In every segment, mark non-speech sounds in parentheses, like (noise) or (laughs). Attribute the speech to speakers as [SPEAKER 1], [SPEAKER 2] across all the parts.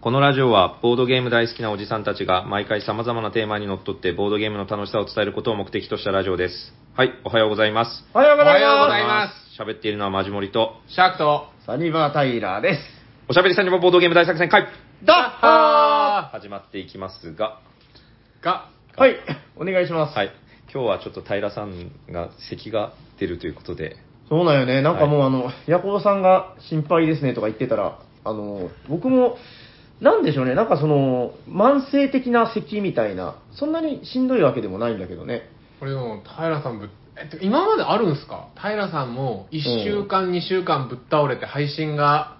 [SPEAKER 1] このラジオは、ボードゲーム大好きなおじさんたちが、毎回様々なテーマにのっとって、ボードゲームの楽しさを伝えることを目的としたラジオです。はい、おはようございます。
[SPEAKER 2] おはようございます。
[SPEAKER 3] おはようございま
[SPEAKER 1] 喋っているのはマジモリと、
[SPEAKER 3] シャークと、
[SPEAKER 2] サニバータイラーです。
[SPEAKER 1] おしゃべりさんにもボードゲーム大作戦会
[SPEAKER 2] ダッハ
[SPEAKER 3] ハ
[SPEAKER 1] 始まっていきますが、
[SPEAKER 3] が、
[SPEAKER 2] ーはい、お願いします。
[SPEAKER 1] はい、今日はちょっと平さんが咳が出るということで、
[SPEAKER 2] そうなんよね、なんかもう、あの、ヤコウさんが心配ですねとか言ってたら、あの、僕も、なんでしょうね、なんかその、慢性的な咳みたいな、そんなにしんどいわけでもないんだけどね。
[SPEAKER 3] これでも、平さんぶっ、えっと、今まであるんすか平さんも、1週間、2週間ぶっ倒れて配信が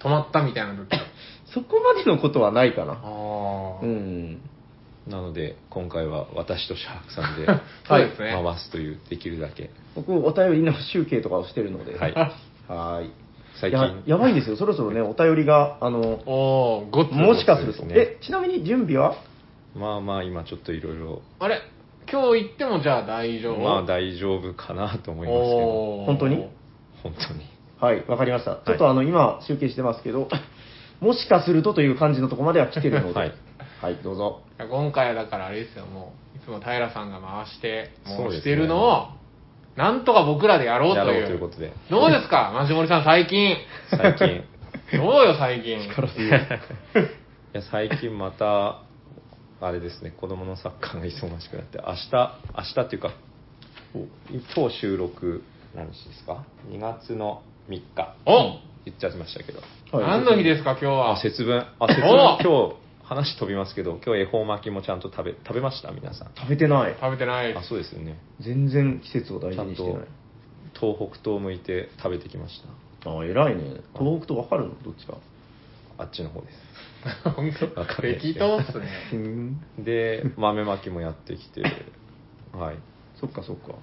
[SPEAKER 3] 止まったみたいな時。
[SPEAKER 2] そこまでのことはないかな。
[SPEAKER 3] あ
[SPEAKER 2] う
[SPEAKER 3] ー。
[SPEAKER 2] ん。
[SPEAKER 1] なので、今回は私とシャーク
[SPEAKER 3] (laughs)
[SPEAKER 1] さんで
[SPEAKER 3] そうですね。
[SPEAKER 1] 回すという、できるだけ。
[SPEAKER 2] 僕、お便りの集計とかをしてるので。
[SPEAKER 1] はい。
[SPEAKER 2] はーい。
[SPEAKER 1] 最
[SPEAKER 2] や
[SPEAKER 1] 近、
[SPEAKER 2] やばいんですよ、そろそろね、お便りが、あの、
[SPEAKER 3] おー、ごっつ。
[SPEAKER 2] もしかすると。
[SPEAKER 1] そうですね
[SPEAKER 2] え、ちなみに準備は
[SPEAKER 1] まあまあ今ちょっといろいろ、
[SPEAKER 3] あれ今日行ってもじゃあ大丈夫
[SPEAKER 1] まあ大丈夫かなと思いますけど、
[SPEAKER 3] おー
[SPEAKER 2] 本当に
[SPEAKER 1] 本当に。
[SPEAKER 2] はい、わかりました。
[SPEAKER 1] い
[SPEAKER 2] ちょっとあの、今、集計してますけど、 (laughs) もしかするとという感じのとこまでは来てるので、
[SPEAKER 1] は
[SPEAKER 2] はいい、どうぞ。
[SPEAKER 3] 今回はだからあれですよ、もう、いつも平さんが回して、
[SPEAKER 1] そ
[SPEAKER 3] も
[SPEAKER 1] うで
[SPEAKER 3] う
[SPEAKER 1] すね
[SPEAKER 3] してるのを、なんとか僕らでやろうと
[SPEAKER 1] や
[SPEAKER 3] い
[SPEAKER 1] ろ
[SPEAKER 3] う。
[SPEAKER 1] うということで、
[SPEAKER 3] どうですか、マジモリさん、
[SPEAKER 2] (laughs)
[SPEAKER 3] 最近。
[SPEAKER 1] 最近、
[SPEAKER 3] どうよ、最近。
[SPEAKER 1] いや最近また、あれですね、子供のサッカーが忙しくなって、明日、明日っていうか、今日収録、何日ですか ?2 月の3日。
[SPEAKER 3] お
[SPEAKER 1] 言っちゃいましたけど。
[SPEAKER 2] はい、
[SPEAKER 3] 何の日ですか、今日
[SPEAKER 1] あ、
[SPEAKER 3] は。
[SPEAKER 1] 節分。あ、節分、今日、話飛びますけど、今日恵方巻きもちゃんと食べ、食べました皆さん。
[SPEAKER 2] 食べてない。
[SPEAKER 3] 食べてない。
[SPEAKER 1] あ、そうですよね。
[SPEAKER 2] 全然季節を大
[SPEAKER 1] ち
[SPEAKER 2] 事
[SPEAKER 1] ゃん
[SPEAKER 2] にして
[SPEAKER 1] と
[SPEAKER 2] ない。
[SPEAKER 1] 東北東向いて食べてきまし
[SPEAKER 2] あ、偉いね。東北とわかるのどっちか。
[SPEAKER 1] た。あっちの方です。
[SPEAKER 3] 本
[SPEAKER 1] わか
[SPEAKER 3] 当
[SPEAKER 1] んない
[SPEAKER 3] 適当っすね。
[SPEAKER 1] で、豆まきもやってき
[SPEAKER 3] (laughs)
[SPEAKER 1] て、はい。
[SPEAKER 2] そっかそっか。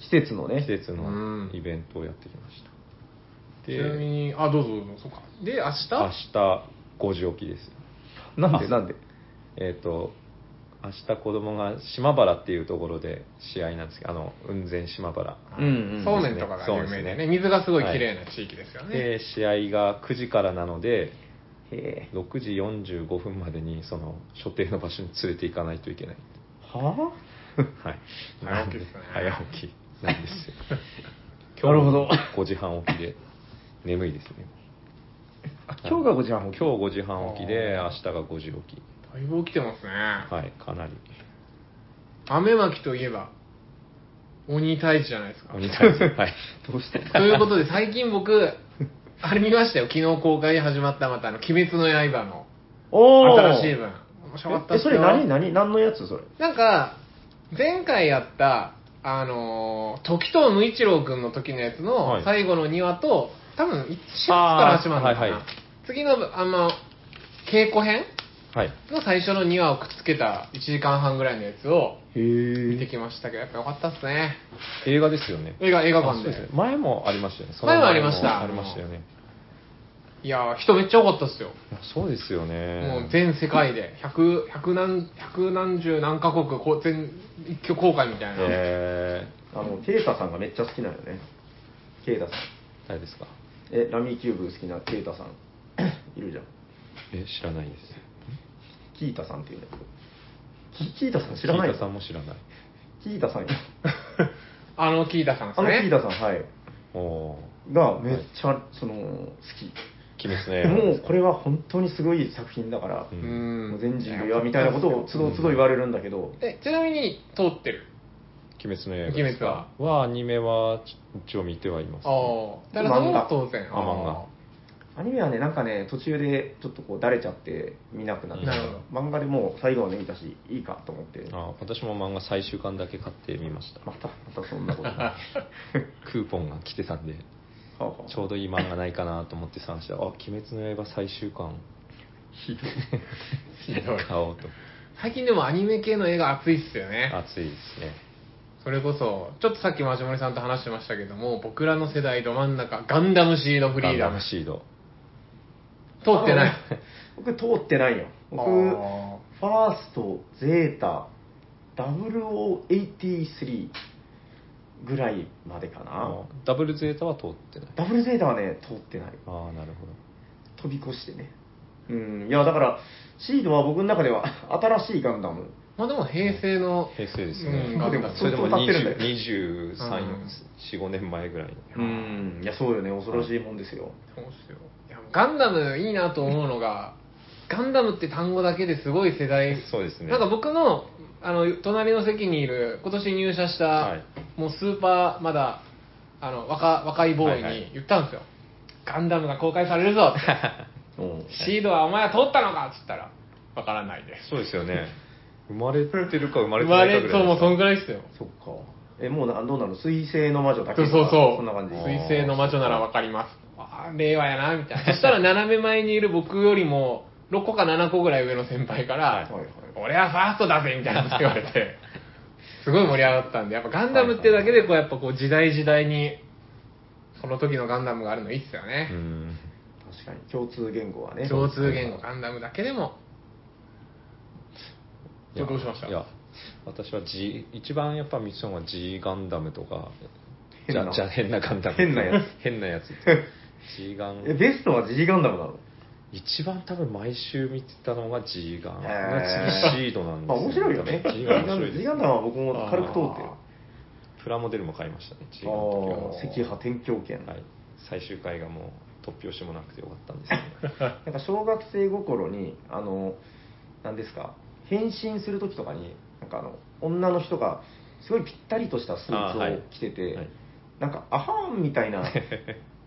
[SPEAKER 2] 季節のね。
[SPEAKER 1] 季節の
[SPEAKER 3] うん
[SPEAKER 1] イベントをやってきました。
[SPEAKER 3] ちなみ
[SPEAKER 1] (laughs) で、
[SPEAKER 3] に、あ、どうぞどうぞ、そっか。で、明日
[SPEAKER 1] 明日5時起きです。
[SPEAKER 2] なんでなんで
[SPEAKER 1] えっ、と、明日子供が島原っていうところで試合なんですけど、あの、雲仙島原。
[SPEAKER 2] うんうん
[SPEAKER 3] そうめんとかが有
[SPEAKER 1] そ
[SPEAKER 3] 名
[SPEAKER 1] うで
[SPEAKER 3] です
[SPEAKER 1] ね
[SPEAKER 3] ね。水がすごい綺麗な地域ですよね。
[SPEAKER 1] で、試合が9時からなので、
[SPEAKER 2] へえ。
[SPEAKER 1] 6時45分までにその所定の場所に連れて行かないといけない。
[SPEAKER 2] (laughs) は
[SPEAKER 1] はい。
[SPEAKER 3] 早起きですね
[SPEAKER 1] 早起きなんですよ。
[SPEAKER 3] (laughs)
[SPEAKER 2] なるほど
[SPEAKER 1] 5時半起きで、眠いですね。
[SPEAKER 2] (laughs) あ今日が5時
[SPEAKER 1] 今
[SPEAKER 2] 半
[SPEAKER 1] 日
[SPEAKER 2] 起き
[SPEAKER 1] 5時半起きで、明日が5時起き。
[SPEAKER 3] だいぶ起きてますね。
[SPEAKER 1] はい、かなり。
[SPEAKER 3] 豆まきといえば、鬼退治じゃないですか。
[SPEAKER 1] 鬼退治。はい。
[SPEAKER 2] どうして
[SPEAKER 3] ということで、最近僕、あれ見ましたよ。昨日公開始まった、また、あの、鬼滅の刃の
[SPEAKER 2] おー
[SPEAKER 3] 新しい分。面白かった
[SPEAKER 2] え
[SPEAKER 3] っ
[SPEAKER 2] え
[SPEAKER 3] す
[SPEAKER 2] そ
[SPEAKER 3] よ
[SPEAKER 2] れ何何何のやつそれ。
[SPEAKER 3] なんか、前回やった、あのー時藤無一郎君の時のや
[SPEAKER 1] は
[SPEAKER 3] つの
[SPEAKER 1] い
[SPEAKER 3] 最後の2話と、多分、1月から始まるのか
[SPEAKER 1] あー
[SPEAKER 3] な。
[SPEAKER 1] はいはい
[SPEAKER 3] 次の、あの、稽古編
[SPEAKER 1] はい。
[SPEAKER 3] の最初の2話をくっつけた1時間半ぐらいのやつを見て
[SPEAKER 2] へえ。
[SPEAKER 3] きましたけど、やっぱ良かったっすね。
[SPEAKER 1] 映画ですよね。
[SPEAKER 3] 映画、映画
[SPEAKER 1] あ
[SPEAKER 3] 館
[SPEAKER 1] そう
[SPEAKER 3] で。
[SPEAKER 1] ですね。前もありましたよね。その
[SPEAKER 3] 前もありました
[SPEAKER 1] ありましたよね。
[SPEAKER 3] いやー、人めっちゃ多かったっすよ。
[SPEAKER 1] いやそうですよね。
[SPEAKER 3] もう全世界で、100、100何、100何十何カ国、こう全、一挙公開みたいな。
[SPEAKER 1] え
[SPEAKER 2] あの、ケイタさんがめっちゃ好きなんよね。ケイタさん。
[SPEAKER 1] ー、誰ですか
[SPEAKER 2] え、ラミーキューブ好きなケイタさん。 (coughs) いるじゃん。
[SPEAKER 1] え、知らないです。
[SPEAKER 2] キータさんっていうんだけど。キキータさん知らな
[SPEAKER 1] キ
[SPEAKER 2] い
[SPEAKER 1] ータさんも知らない。
[SPEAKER 2] キータさんよ。
[SPEAKER 3] (laughs) あの、キータさんです
[SPEAKER 2] あの
[SPEAKER 3] ね。
[SPEAKER 2] キータさん、はい。
[SPEAKER 1] おお
[SPEAKER 2] がめっちゃ、その、好き。
[SPEAKER 1] ー。鬼滅の刃
[SPEAKER 2] も
[SPEAKER 1] です
[SPEAKER 2] う
[SPEAKER 1] か
[SPEAKER 2] これは本当にすごい作品だから、
[SPEAKER 1] う
[SPEAKER 3] うん
[SPEAKER 2] もう全人類はみたいなことをつどつど言われるんだけど、
[SPEAKER 3] えちなみに通ってる
[SPEAKER 1] 鬼滅の刃ですか
[SPEAKER 3] 鬼
[SPEAKER 1] はアニメはち一応見てはいます、
[SPEAKER 3] ああだからそ
[SPEAKER 2] 漫画
[SPEAKER 3] も当然
[SPEAKER 1] あ漫画
[SPEAKER 2] アニメはね、なんかね、途中でちょっとこう、だれちゃって見なくなって、
[SPEAKER 3] なるほ
[SPEAKER 2] 漫画でもう最後まで見たし、いいかと思って、
[SPEAKER 1] あ私も漫画最終巻だけ買ってみました
[SPEAKER 2] また、またそんなこと。は
[SPEAKER 1] クーポンが来てたんで
[SPEAKER 2] あはあ
[SPEAKER 1] ちょうどいい漫画ないかなと思って探してあ鬼滅の刃最終巻
[SPEAKER 3] (laughs) ひどい
[SPEAKER 1] 買おうと
[SPEAKER 3] 最近でもアニメ系の映画熱いっすよね
[SPEAKER 1] 熱いですね
[SPEAKER 3] それこそちょっとさっきマジモリさんと話してましたけども僕らの世代ど真ん中ガンダムシードフリ
[SPEAKER 1] ガン
[SPEAKER 3] ーダ
[SPEAKER 1] ダ
[SPEAKER 3] ム
[SPEAKER 1] ムシード
[SPEAKER 3] 通っ
[SPEAKER 1] (laughs)
[SPEAKER 3] てない
[SPEAKER 2] 僕通ってないよ僕
[SPEAKER 3] あー
[SPEAKER 2] ファーストゼータ0083ぐらいまでかな
[SPEAKER 1] ダブルゼータは通ってない
[SPEAKER 2] ダブルゼータはね通ってない
[SPEAKER 1] ああなるほど
[SPEAKER 2] 飛び越してねうん、いや、だから、シードは僕の中では (laughs) 新しいガンダム。
[SPEAKER 3] まあでも平成の。
[SPEAKER 1] 平成ですね
[SPEAKER 3] うんガンダム
[SPEAKER 2] で
[SPEAKER 1] それでも
[SPEAKER 2] そう歌ってるんだよ
[SPEAKER 1] 23、
[SPEAKER 3] うん
[SPEAKER 1] 45年前ぐらいに
[SPEAKER 2] うん、いや、そうよね、恐ろしいもんですよ。
[SPEAKER 3] そうっすよいやガンダムいいなと思うのが、ガンダムって単語だけですごい世代、
[SPEAKER 1] そうですね
[SPEAKER 3] なんか僕のあの隣の席にいる、今年入社した、
[SPEAKER 1] はい
[SPEAKER 3] もうスーパー、まだあの若若いボー
[SPEAKER 1] はいは
[SPEAKER 3] イ
[SPEAKER 1] い
[SPEAKER 3] に言ったんですよ、ガンダムが公開されるぞって、
[SPEAKER 1] (laughs)
[SPEAKER 2] うん
[SPEAKER 3] シードはお前は通ったのかっつったら、わからないです。
[SPEAKER 1] そうですよね生まれてるか生まれ
[SPEAKER 3] 生
[SPEAKER 1] てな
[SPEAKER 3] ま
[SPEAKER 1] いか
[SPEAKER 3] れ
[SPEAKER 1] ぐ
[SPEAKER 3] そう、も
[SPEAKER 1] ら
[SPEAKER 3] う
[SPEAKER 1] い
[SPEAKER 3] そんぐらいですよ。
[SPEAKER 2] そっか。え、もうな、どうなの水星の魔女だけ
[SPEAKER 3] そう
[SPEAKER 2] と
[SPEAKER 3] そう
[SPEAKER 2] か
[SPEAKER 3] そう。
[SPEAKER 2] そんな感じ。
[SPEAKER 1] 水
[SPEAKER 3] 彗星の魔女ならわかります。ああ、令和やな、みたいな。そした
[SPEAKER 1] (laughs)
[SPEAKER 3] ら斜め前にいる僕よりも、6個か7個ぐらい上の先輩から、
[SPEAKER 1] はい
[SPEAKER 2] はいはい
[SPEAKER 3] 俺はファーストだぜ、みたいなこと言われて、 (laughs) すごい盛り上がったんで、やっぱガンダムってだけで、こう、やっぱこう、時代時代に、その時のガンダムがあるのいいっすよね
[SPEAKER 1] う。ん
[SPEAKER 2] 確かに、共通言語はね。
[SPEAKER 3] 共通言語、ガンダムだけでも。
[SPEAKER 1] いや
[SPEAKER 3] どうしました
[SPEAKER 1] いや私は G 一番やっぱミッションは G ガンダムとかじ
[SPEAKER 2] 変な
[SPEAKER 1] ゃじゃ変なガンダム
[SPEAKER 2] 変なやつ
[SPEAKER 1] 変なやつ G ガン
[SPEAKER 2] え、ベストは G ガンダムなの
[SPEAKER 1] 一番多分毎週見てたのが G ガン
[SPEAKER 2] へー
[SPEAKER 1] 次シードなんです
[SPEAKER 2] まあ面白いよね。
[SPEAKER 1] G ガン面白い
[SPEAKER 2] G
[SPEAKER 1] で
[SPEAKER 2] ガ
[SPEAKER 1] す
[SPEAKER 2] ンダムは僕も軽く通ってる。
[SPEAKER 1] プラモデルも買いましたね G
[SPEAKER 2] あ
[SPEAKER 1] ガンの
[SPEAKER 2] あー、赤破天狂
[SPEAKER 1] 時
[SPEAKER 2] 剣。
[SPEAKER 1] は、はい、最終回がもう突拍子もなくてよかったんです
[SPEAKER 2] (laughs)
[SPEAKER 1] けど
[SPEAKER 2] なんか小学生心に、あの、なんですか、変身するときとかに、なんかあの、女の人が、すごいぴったりとしたスー
[SPEAKER 1] あーはい
[SPEAKER 2] ツを着てて、
[SPEAKER 1] はい
[SPEAKER 2] なんか、アハーンみた
[SPEAKER 1] (laughs)
[SPEAKER 2] いな、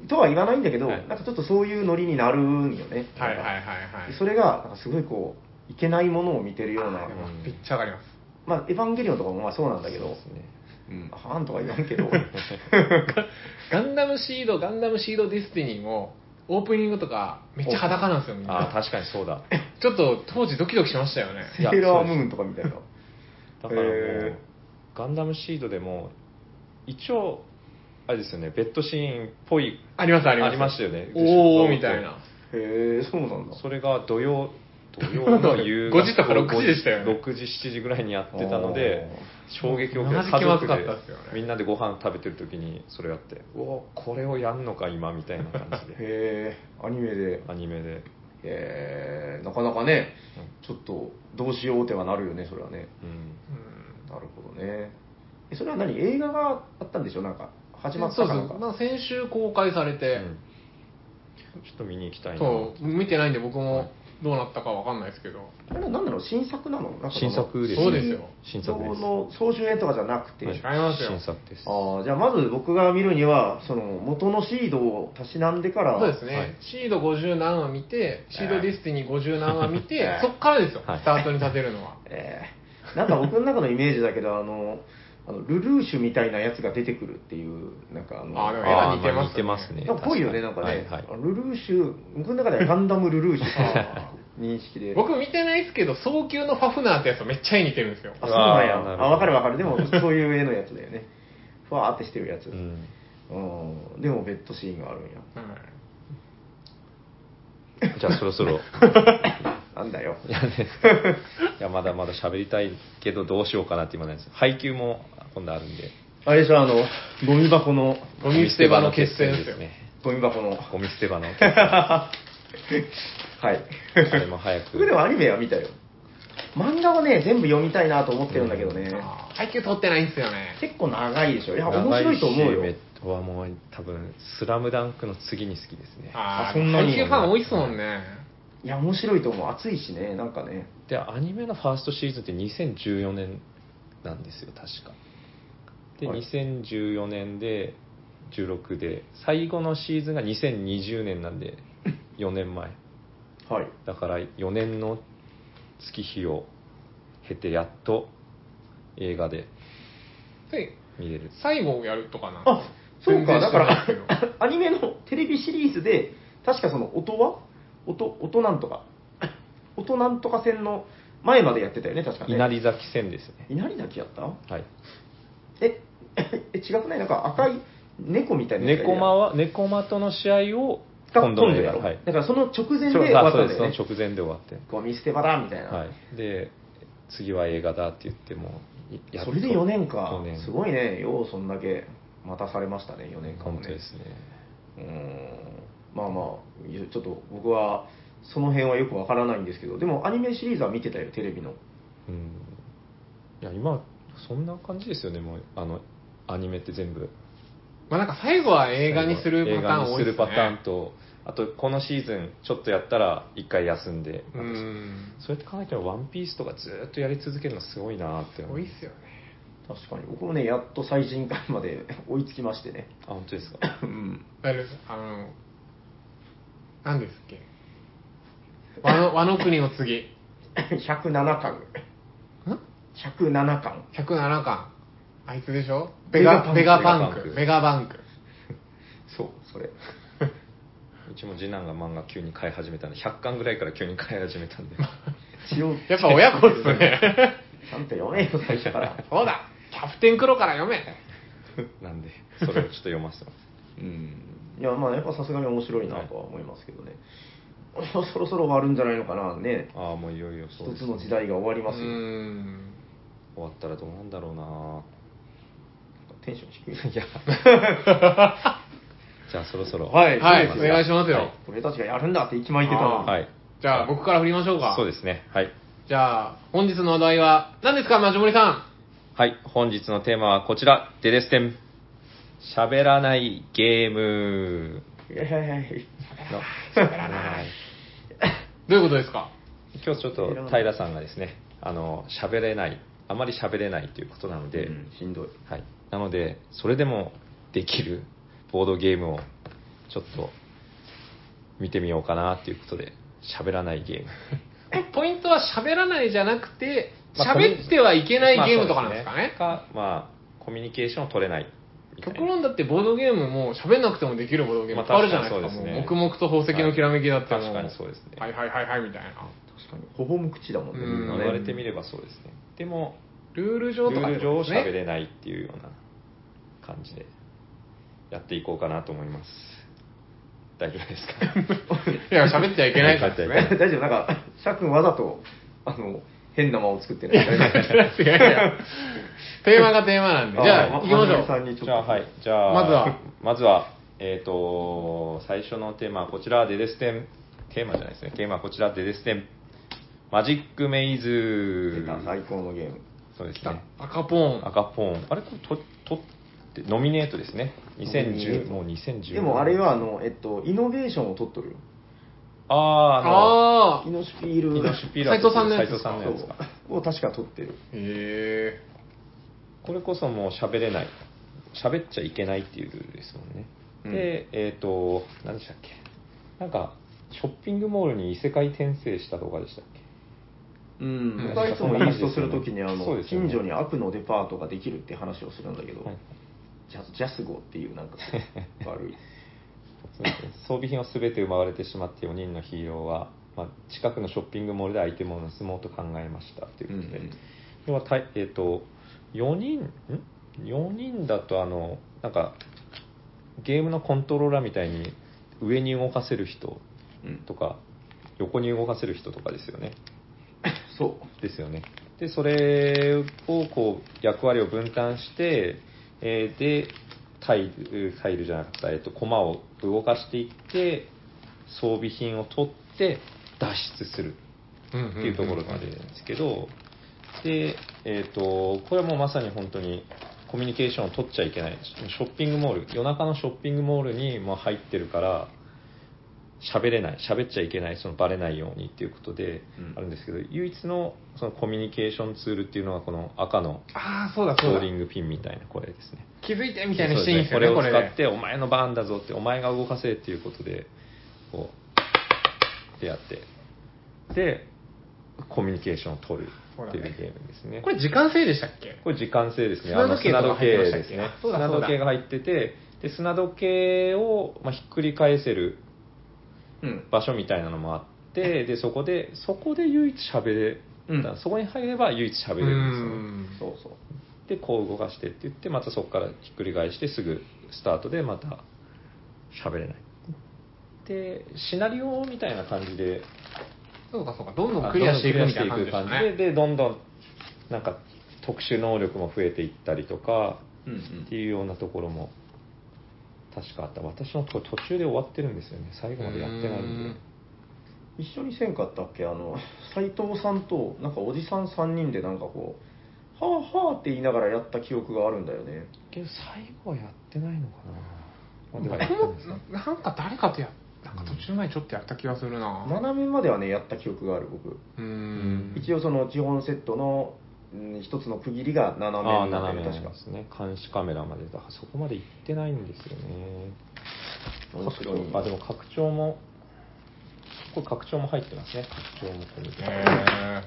[SPEAKER 2] とは言わないんだけど、
[SPEAKER 1] はい
[SPEAKER 2] なんかちょっとそういうノリになるんよね。
[SPEAKER 3] はいはいはい
[SPEAKER 2] なんか
[SPEAKER 3] はい。
[SPEAKER 2] それが、なんかすごいこう、いけないものを見てるような、
[SPEAKER 1] ー
[SPEAKER 3] めっちゃわかります。
[SPEAKER 2] まあ、エヴァンゲリオンとかもまあそうなんだけど、
[SPEAKER 1] そうですね
[SPEAKER 2] うん、アハーンとは言わんけど、
[SPEAKER 3] ガンダムシード、ガンダムシードディスティニーも、オープニングとか、めっちゃ裸なんですよ、みん
[SPEAKER 1] ああ
[SPEAKER 3] な。
[SPEAKER 1] 確かにそうだ
[SPEAKER 3] (laughs) ちょっと当時ドキドキしましたよね。
[SPEAKER 1] い
[SPEAKER 2] セ
[SPEAKER 1] や
[SPEAKER 2] ーラームーンとかみたいな。
[SPEAKER 1] だからもう
[SPEAKER 2] へ、
[SPEAKER 1] ガンダムシードでも、一応、あれですよね、ベッドシーンっぽい、
[SPEAKER 3] ありますあります。
[SPEAKER 1] ありましたよね
[SPEAKER 3] おー、みたいな。
[SPEAKER 2] へえ、そうなんだ。
[SPEAKER 1] それが土曜、土曜の夕
[SPEAKER 3] 5時とか6時でしたよね
[SPEAKER 1] 6時、7時ぐらいにやってたので、衝撃を受け
[SPEAKER 3] マ
[SPEAKER 1] て、
[SPEAKER 3] ジ
[SPEAKER 1] 家
[SPEAKER 3] 気ま
[SPEAKER 1] 族
[SPEAKER 3] ずかっ
[SPEAKER 1] で
[SPEAKER 3] たっすよね
[SPEAKER 1] みんなでご飯食べてる時にそれやって、うおこれをやんのか、今みたいな感じで、
[SPEAKER 2] へえ、アニメで。
[SPEAKER 1] アニメで。
[SPEAKER 2] えーなかなかね、ちょっとどうしようってはなるよね、それはね。
[SPEAKER 1] うん
[SPEAKER 3] うん
[SPEAKER 2] なるほどね。えそれは何映画があったんでしょなんか、始まっ
[SPEAKER 3] そ
[SPEAKER 2] た
[SPEAKER 3] う
[SPEAKER 2] かなん
[SPEAKER 3] そう。
[SPEAKER 2] か。
[SPEAKER 3] なんか先週公開され
[SPEAKER 1] う
[SPEAKER 3] て、
[SPEAKER 1] んちょっと見に行きたいな
[SPEAKER 3] そう、見てないんで僕もどうなったかわかんないですけど。
[SPEAKER 2] あれは何なの新作なのなんかその
[SPEAKER 1] 新作です
[SPEAKER 3] そうですよ
[SPEAKER 1] 新作です
[SPEAKER 2] の総集編とかじゃなくて。
[SPEAKER 1] はい
[SPEAKER 3] 違いますよ
[SPEAKER 1] 新作です
[SPEAKER 2] ああ、じゃあまず僕が見るには、その元のシードをたしなんでから、
[SPEAKER 3] そうですね、
[SPEAKER 1] はい
[SPEAKER 3] シード50何話見て、シードディスティニー50何話見て、
[SPEAKER 2] えー
[SPEAKER 3] そっからですよ、
[SPEAKER 1] はい
[SPEAKER 3] スタートに立てるのは。
[SPEAKER 2] えーなんか僕の中のイメージだけど、あの、あのルルーシュみたいなやつが出てくるっていう、なんかあの、
[SPEAKER 3] あでも絵
[SPEAKER 1] あ
[SPEAKER 3] が
[SPEAKER 1] あ
[SPEAKER 3] 似てますね
[SPEAKER 1] ね
[SPEAKER 2] なんか濃いよね、なん
[SPEAKER 1] 確
[SPEAKER 2] かね、
[SPEAKER 1] にはいはい
[SPEAKER 2] ルルーシュ、僕の中ではガンダムルルーシュ
[SPEAKER 3] あ
[SPEAKER 2] という認
[SPEAKER 1] (laughs)
[SPEAKER 2] 識で、
[SPEAKER 3] 僕見てないですけど、早急のファフナーってやつめっちゃ絵似てるんですよ。
[SPEAKER 2] あ、そうなんや、
[SPEAKER 1] あーなるほど
[SPEAKER 2] あ分かる分かる、でもそういう絵のやつだよね、ふわーってしてるやつ、
[SPEAKER 1] う
[SPEAKER 2] うん、
[SPEAKER 1] ん
[SPEAKER 2] でもベッドシーンがあるん
[SPEAKER 1] (laughs)
[SPEAKER 2] や、
[SPEAKER 3] はい
[SPEAKER 1] じゃあそろそ (laughs) ろ
[SPEAKER 2] なんだよ、
[SPEAKER 1] いやねいやまだまだ喋りたいけどどうしようかなって今なんです配給も今度あるんで
[SPEAKER 2] あれでしょ、あの、ゴミ箱の、
[SPEAKER 3] ゴミ捨て場の決戦ですよ。
[SPEAKER 2] ゴミ箱の、は
[SPEAKER 1] ゴミ捨て場の
[SPEAKER 2] (laughs)
[SPEAKER 1] 決戦
[SPEAKER 2] い、
[SPEAKER 1] あれも早く
[SPEAKER 2] 僕でもアニメは見たよ、漫画はね、全部読みたいなと思ってるんだけどね、
[SPEAKER 3] あー配給取ってないんですよね。
[SPEAKER 2] 結構長いでしょ、いや、面白いと思う
[SPEAKER 1] 長いし
[SPEAKER 2] よ。
[SPEAKER 1] めはもう多分「スラムダンクの次に好きですね
[SPEAKER 3] あ
[SPEAKER 2] あ
[SPEAKER 3] ー
[SPEAKER 2] そんなに
[SPEAKER 3] 配給ファン多いっすもんね。
[SPEAKER 2] いや、面白いと思う。熱いしね、なんかね。
[SPEAKER 1] でアニメのファーストシーズンって2014年なんですよ確かで、
[SPEAKER 2] はい
[SPEAKER 1] 2014年で16で最後のシーズンが2020年なんで4年前
[SPEAKER 2] はい。
[SPEAKER 1] だから4年の月日を経てやっと映画で
[SPEAKER 3] で、
[SPEAKER 1] 見れる
[SPEAKER 3] 最後をやるとかな。
[SPEAKER 2] あ、そうか、
[SPEAKER 3] 全然
[SPEAKER 2] だ
[SPEAKER 3] 知
[SPEAKER 2] から
[SPEAKER 3] な
[SPEAKER 2] ら
[SPEAKER 3] い
[SPEAKER 2] (laughs)
[SPEAKER 3] ですけど、
[SPEAKER 2] アニメのテレビシリーズで、確かその音は音、音なんとか。音なんとか戦の前までやってたよね、確かね。
[SPEAKER 1] 稲荷崎戦ですね
[SPEAKER 2] 稲荷だけやった
[SPEAKER 1] はい
[SPEAKER 2] え、 (laughs) え、違くないなんか赤い猫みたいなやつがい
[SPEAKER 1] 猫
[SPEAKER 2] るやん
[SPEAKER 1] 間は猫間との試合を
[SPEAKER 2] が
[SPEAKER 1] 今
[SPEAKER 2] 今
[SPEAKER 1] 度
[SPEAKER 2] 度
[SPEAKER 1] の映
[SPEAKER 2] や
[SPEAKER 1] 画
[SPEAKER 2] ろ。
[SPEAKER 1] はい
[SPEAKER 2] だからその直前で
[SPEAKER 1] そう
[SPEAKER 2] 終わ
[SPEAKER 1] あ
[SPEAKER 2] っ
[SPEAKER 1] そ
[SPEAKER 2] た
[SPEAKER 1] うんです
[SPEAKER 2] だ
[SPEAKER 1] そ
[SPEAKER 2] よ
[SPEAKER 1] の
[SPEAKER 2] ね。
[SPEAKER 1] 直前で終わって
[SPEAKER 2] ゴミ捨て場だ、みたいな。
[SPEAKER 1] はい、で次は映画だって言ってもいやっと
[SPEAKER 2] それで4年か。
[SPEAKER 1] 四年
[SPEAKER 2] すごいね、ようそんだけ待たされましたね、4年間も
[SPEAKER 1] 本当
[SPEAKER 2] ね
[SPEAKER 1] で。すね
[SPEAKER 2] うーんまあまあ、ちょっと僕はその辺はよくわからないんですけど、でもアニメシリーズは見てたよ、テレビの。
[SPEAKER 1] うんいや今そんな感じですよねもうあのアニメって全部
[SPEAKER 3] まあなんか最後は映画にする
[SPEAKER 1] 映
[SPEAKER 3] パターン多い
[SPEAKER 1] 画にす
[SPEAKER 3] です
[SPEAKER 1] る
[SPEAKER 3] ね。
[SPEAKER 1] パターンとあとこのシーズンちょっとやったら一回休んで、
[SPEAKER 3] うん。
[SPEAKER 1] そうやって考えたら「ワンピースとかずーっとやり続けるのすごいなーって思
[SPEAKER 3] 多
[SPEAKER 1] う
[SPEAKER 3] いっすよね。
[SPEAKER 2] 確かに。僕もね、やっと最新回まで (laughs) 追いつきましてね。
[SPEAKER 1] あ本当ですか
[SPEAKER 2] うん。
[SPEAKER 3] だからあの、何ですっけ。和 (laughs) の和の国の次。ん
[SPEAKER 2] 107巻。107巻。
[SPEAKER 3] ?107 巻。あいつでしょ
[SPEAKER 2] ベ
[SPEAKER 3] ベ
[SPEAKER 2] ガ
[SPEAKER 3] ガ、ベガ
[SPEAKER 1] パ
[SPEAKER 3] パ
[SPEAKER 1] ン
[SPEAKER 3] ン
[SPEAKER 1] ク
[SPEAKER 3] ク。ベガバンク。
[SPEAKER 2] そう、
[SPEAKER 1] (laughs)
[SPEAKER 2] それ。
[SPEAKER 1] うちも次男が漫画急に買い始めたんで100巻ぐらいから急に買い始めた
[SPEAKER 3] (laughs)
[SPEAKER 1] んで
[SPEAKER 2] 一応、
[SPEAKER 3] やっぱ親子っすね。
[SPEAKER 2] (laughs) ちゃんと読めよ、最初から。
[SPEAKER 3] (laughs) そうだキャプテンクロから読め
[SPEAKER 1] なんでそれをちょっと読ませてます
[SPEAKER 2] うん。いや、まあ、やっぱさすがに面白いなとは思いますけどね。そろそろ終わるんじゃないのかな、ね。
[SPEAKER 1] ああもういよいよそう
[SPEAKER 2] 一
[SPEAKER 1] で
[SPEAKER 2] つ
[SPEAKER 1] す、
[SPEAKER 2] の時代が終わり
[SPEAKER 3] う
[SPEAKER 2] ますよ。
[SPEAKER 3] ーん。
[SPEAKER 1] 終わったらどうなんだろうな
[SPEAKER 2] テンション低い。
[SPEAKER 1] ーいやじゃあそろそろ
[SPEAKER 2] はい
[SPEAKER 3] はい、
[SPEAKER 2] そうで
[SPEAKER 3] お
[SPEAKER 2] すね
[SPEAKER 3] 願いしますよ。
[SPEAKER 2] 俺たちがやるんだって息巻いてたのに。
[SPEAKER 1] はい
[SPEAKER 3] じゃあ、僕から振りましょうか。
[SPEAKER 1] そうですねはい
[SPEAKER 3] じゃあ、本日の話題は、何ですか、マジモリさん。
[SPEAKER 1] はい、本日のテーマはこちら、デデステン。喋らないゲーム
[SPEAKER 2] いやいやいや
[SPEAKER 1] の。
[SPEAKER 3] どういうことですか
[SPEAKER 1] 今日ちょっと平さんがですね、あの、喋れない、あまり喋れないということなので、
[SPEAKER 2] うんしんどい。
[SPEAKER 1] はい。なので、それでもできるボードゲームをちょっと見てみようかなということで、喋らない
[SPEAKER 3] (laughs)
[SPEAKER 1] ゲーム。
[SPEAKER 3] ポイントは喋らないじゃなくて、
[SPEAKER 1] まあコミ
[SPEAKER 3] 喋ってはいけないゲームとかなんですかね。
[SPEAKER 1] まあそうですねか、まあ、コミュニケーションを取れないみたいな。
[SPEAKER 3] 極論だってボードゲームも喋んなくてもできるボードゲームいっぱいあるじゃないで
[SPEAKER 1] ま
[SPEAKER 3] すか。
[SPEAKER 1] あ確か
[SPEAKER 3] も
[SPEAKER 1] に
[SPEAKER 3] う
[SPEAKER 1] そうですね
[SPEAKER 3] 黙々と宝石のきらめきだって
[SPEAKER 1] は
[SPEAKER 3] も
[SPEAKER 1] い確かにそうですね
[SPEAKER 3] はいはいはいはいみたいな。
[SPEAKER 2] 確かに。ほぼ無口だもんね、
[SPEAKER 3] う
[SPEAKER 2] みん
[SPEAKER 3] ん
[SPEAKER 2] な
[SPEAKER 1] 言われ
[SPEAKER 2] ね。
[SPEAKER 1] てみればそうですね。でも、
[SPEAKER 3] ルール
[SPEAKER 1] ル
[SPEAKER 3] 上とか
[SPEAKER 1] ー
[SPEAKER 3] って
[SPEAKER 1] ル
[SPEAKER 3] こと
[SPEAKER 1] 上
[SPEAKER 3] ですね
[SPEAKER 1] 喋れないっていうような感じでやっていこうかなと思います大丈夫ですか
[SPEAKER 3] いや、喋っち (laughs) ゃいけな
[SPEAKER 1] (laughs)
[SPEAKER 3] いからです
[SPEAKER 2] (laughs)
[SPEAKER 3] ね。
[SPEAKER 2] 大丈夫、なんか、シャ君わざと、あの、変な間を作ってない。
[SPEAKER 3] いやいやテーマがテーマなんで。 (laughs) じゃあ、行きましょ
[SPEAKER 2] さ。
[SPEAKER 3] うん
[SPEAKER 2] にちょっと。
[SPEAKER 1] じゃあはいじゃあ
[SPEAKER 3] まずは
[SPEAKER 1] まずはえっ、と最初のテーマはこちらデデステンテーマじゃないですねテーマはこちらデデステンマジックメイ
[SPEAKER 2] 出
[SPEAKER 1] ズ
[SPEAKER 2] た最高のゲーム。
[SPEAKER 1] そうで
[SPEAKER 3] 来
[SPEAKER 1] す
[SPEAKER 3] た
[SPEAKER 1] ね。
[SPEAKER 3] 赤ポーン。
[SPEAKER 1] 赤ポーンあれこれととってノミネートですね2010もう2010
[SPEAKER 2] でもあれは、あの、えっと、イノベーションを取っとるよ。
[SPEAKER 1] あああの
[SPEAKER 3] あ
[SPEAKER 2] イ
[SPEAKER 3] あ。
[SPEAKER 2] ノシピール。
[SPEAKER 1] イノシピラ
[SPEAKER 3] 斉藤さんのやつ
[SPEAKER 1] 斉藤さんのやつか
[SPEAKER 2] を確か取ってる。
[SPEAKER 3] へえ。
[SPEAKER 1] これこそもう喋れない喋っちゃいけないっていうルールですもんね、
[SPEAKER 2] うん
[SPEAKER 1] でえっ、と何でしたっけなんかショッピングモールに異世界転生したとかでしたっけ
[SPEAKER 2] うん
[SPEAKER 3] ん
[SPEAKER 2] 僕はいつもインストするときに、あ
[SPEAKER 1] そう
[SPEAKER 2] の、
[SPEAKER 1] ですよね
[SPEAKER 2] 近所に悪のデパートができるって話をするんだけど
[SPEAKER 1] はい、
[SPEAKER 2] ジャジャスゴっていうなんか
[SPEAKER 1] (laughs)
[SPEAKER 2] 悪い。
[SPEAKER 1] すいません装備品を全て奪われてしまって4人のヒーローは、まあ、近くのショッピングモールでアイテムを盗もうと考えましたということで、
[SPEAKER 2] うんうん
[SPEAKER 1] 要はたいえっ、と4人ん4人だとあのなんかゲームのコントローラーみたいに上に動かせる人
[SPEAKER 2] うん
[SPEAKER 1] とか横に動かせる人とかですよね
[SPEAKER 2] そう。
[SPEAKER 1] ですよね。で、それをこう役割を分担して、えーで、タイル、タイルじゃなかった、えっと、駒を動かしていって、装備品を取って脱出する
[SPEAKER 3] って
[SPEAKER 1] っていうところまでなんですけど、で、えっ、と、これはもうまさに本当にコミュニケーションを取っちゃいけない。ショッピングモール、夜中のショッピングモールにもう入ってるから、喋れない、喋っちゃいけない、そのバレないようにっていうことで
[SPEAKER 2] うん
[SPEAKER 1] あるんですけど、唯一のそのコミュニケーションツールっていうのはこの赤の
[SPEAKER 3] ああ、そうだ
[SPEAKER 1] ボ
[SPEAKER 3] そう
[SPEAKER 1] ー
[SPEAKER 3] だ
[SPEAKER 1] リ。ングピンみたいなこれですね。
[SPEAKER 3] 気づいてみたいなシーンです
[SPEAKER 1] そう
[SPEAKER 3] よ
[SPEAKER 1] ですねこ
[SPEAKER 3] ね、こ
[SPEAKER 1] れ
[SPEAKER 3] れ
[SPEAKER 1] を
[SPEAKER 3] で
[SPEAKER 1] 使って、お前の番だぞって、お前が動かせっていうことで、こう、でやって、で、コミュニケーションを取るっていうゲームですね。
[SPEAKER 3] これ時間制でしたっけ
[SPEAKER 1] これ時間制ですね。
[SPEAKER 3] 砂時計
[SPEAKER 1] あの
[SPEAKER 3] とか入ってましたっ
[SPEAKER 1] で
[SPEAKER 3] け
[SPEAKER 1] すね。
[SPEAKER 3] そうだ
[SPEAKER 1] 砂
[SPEAKER 3] そ
[SPEAKER 1] 時
[SPEAKER 3] うだ
[SPEAKER 1] 計が入ってて、で砂時計を、まあ、ひっくり返せる
[SPEAKER 2] うん。
[SPEAKER 1] 場所みたいなのもあって、でそこで、そこで唯一喋れ、
[SPEAKER 2] うん
[SPEAKER 1] そこに入れば唯一喋
[SPEAKER 3] う
[SPEAKER 1] れるんですよね。
[SPEAKER 3] ん
[SPEAKER 2] そうそう。
[SPEAKER 1] でこう動かしてって言ってまたそこからひっくり返してすぐスタートでまた喋れないでシナリオみたいな感じで
[SPEAKER 3] そうかそうか、どんどんクリアしていくみたいな感じでした
[SPEAKER 1] どんどんクリアしていく感じで
[SPEAKER 3] ね。
[SPEAKER 1] でどんどんなんか特殊能力も増えていったりとか
[SPEAKER 2] うんう
[SPEAKER 1] っ
[SPEAKER 2] ん
[SPEAKER 1] て。いうようなところも確かあった私のところ途中で終わってるんですよね最後までやってないんで
[SPEAKER 2] 一緒にせんかったっけあの斎藤さんとなんかおじさん3人でなんかこうはあはあって言いながらやった記憶があるんだよね
[SPEAKER 1] けど最後はやってないのかな。
[SPEAKER 3] 僕
[SPEAKER 1] ま
[SPEAKER 3] も
[SPEAKER 1] あでもやったんですね
[SPEAKER 3] ななんか誰かとやなんか途中までちょっとやった気がするな
[SPEAKER 2] 斜めまではねやった記憶がある僕
[SPEAKER 3] うーん
[SPEAKER 2] 一応その基本セットのうん一つの区切りが斜
[SPEAKER 1] ああー、
[SPEAKER 2] めになっ
[SPEAKER 1] 斜
[SPEAKER 2] て
[SPEAKER 1] め
[SPEAKER 2] る
[SPEAKER 1] な
[SPEAKER 2] 確
[SPEAKER 1] ん
[SPEAKER 2] か
[SPEAKER 1] ですね。監視カメラまでだからそこまで行ってないんですよね。
[SPEAKER 2] 面
[SPEAKER 1] 拡
[SPEAKER 2] 白い
[SPEAKER 1] 張あでも拡張もこれ拡張も入ってますね。拡張も込みで
[SPEAKER 3] へ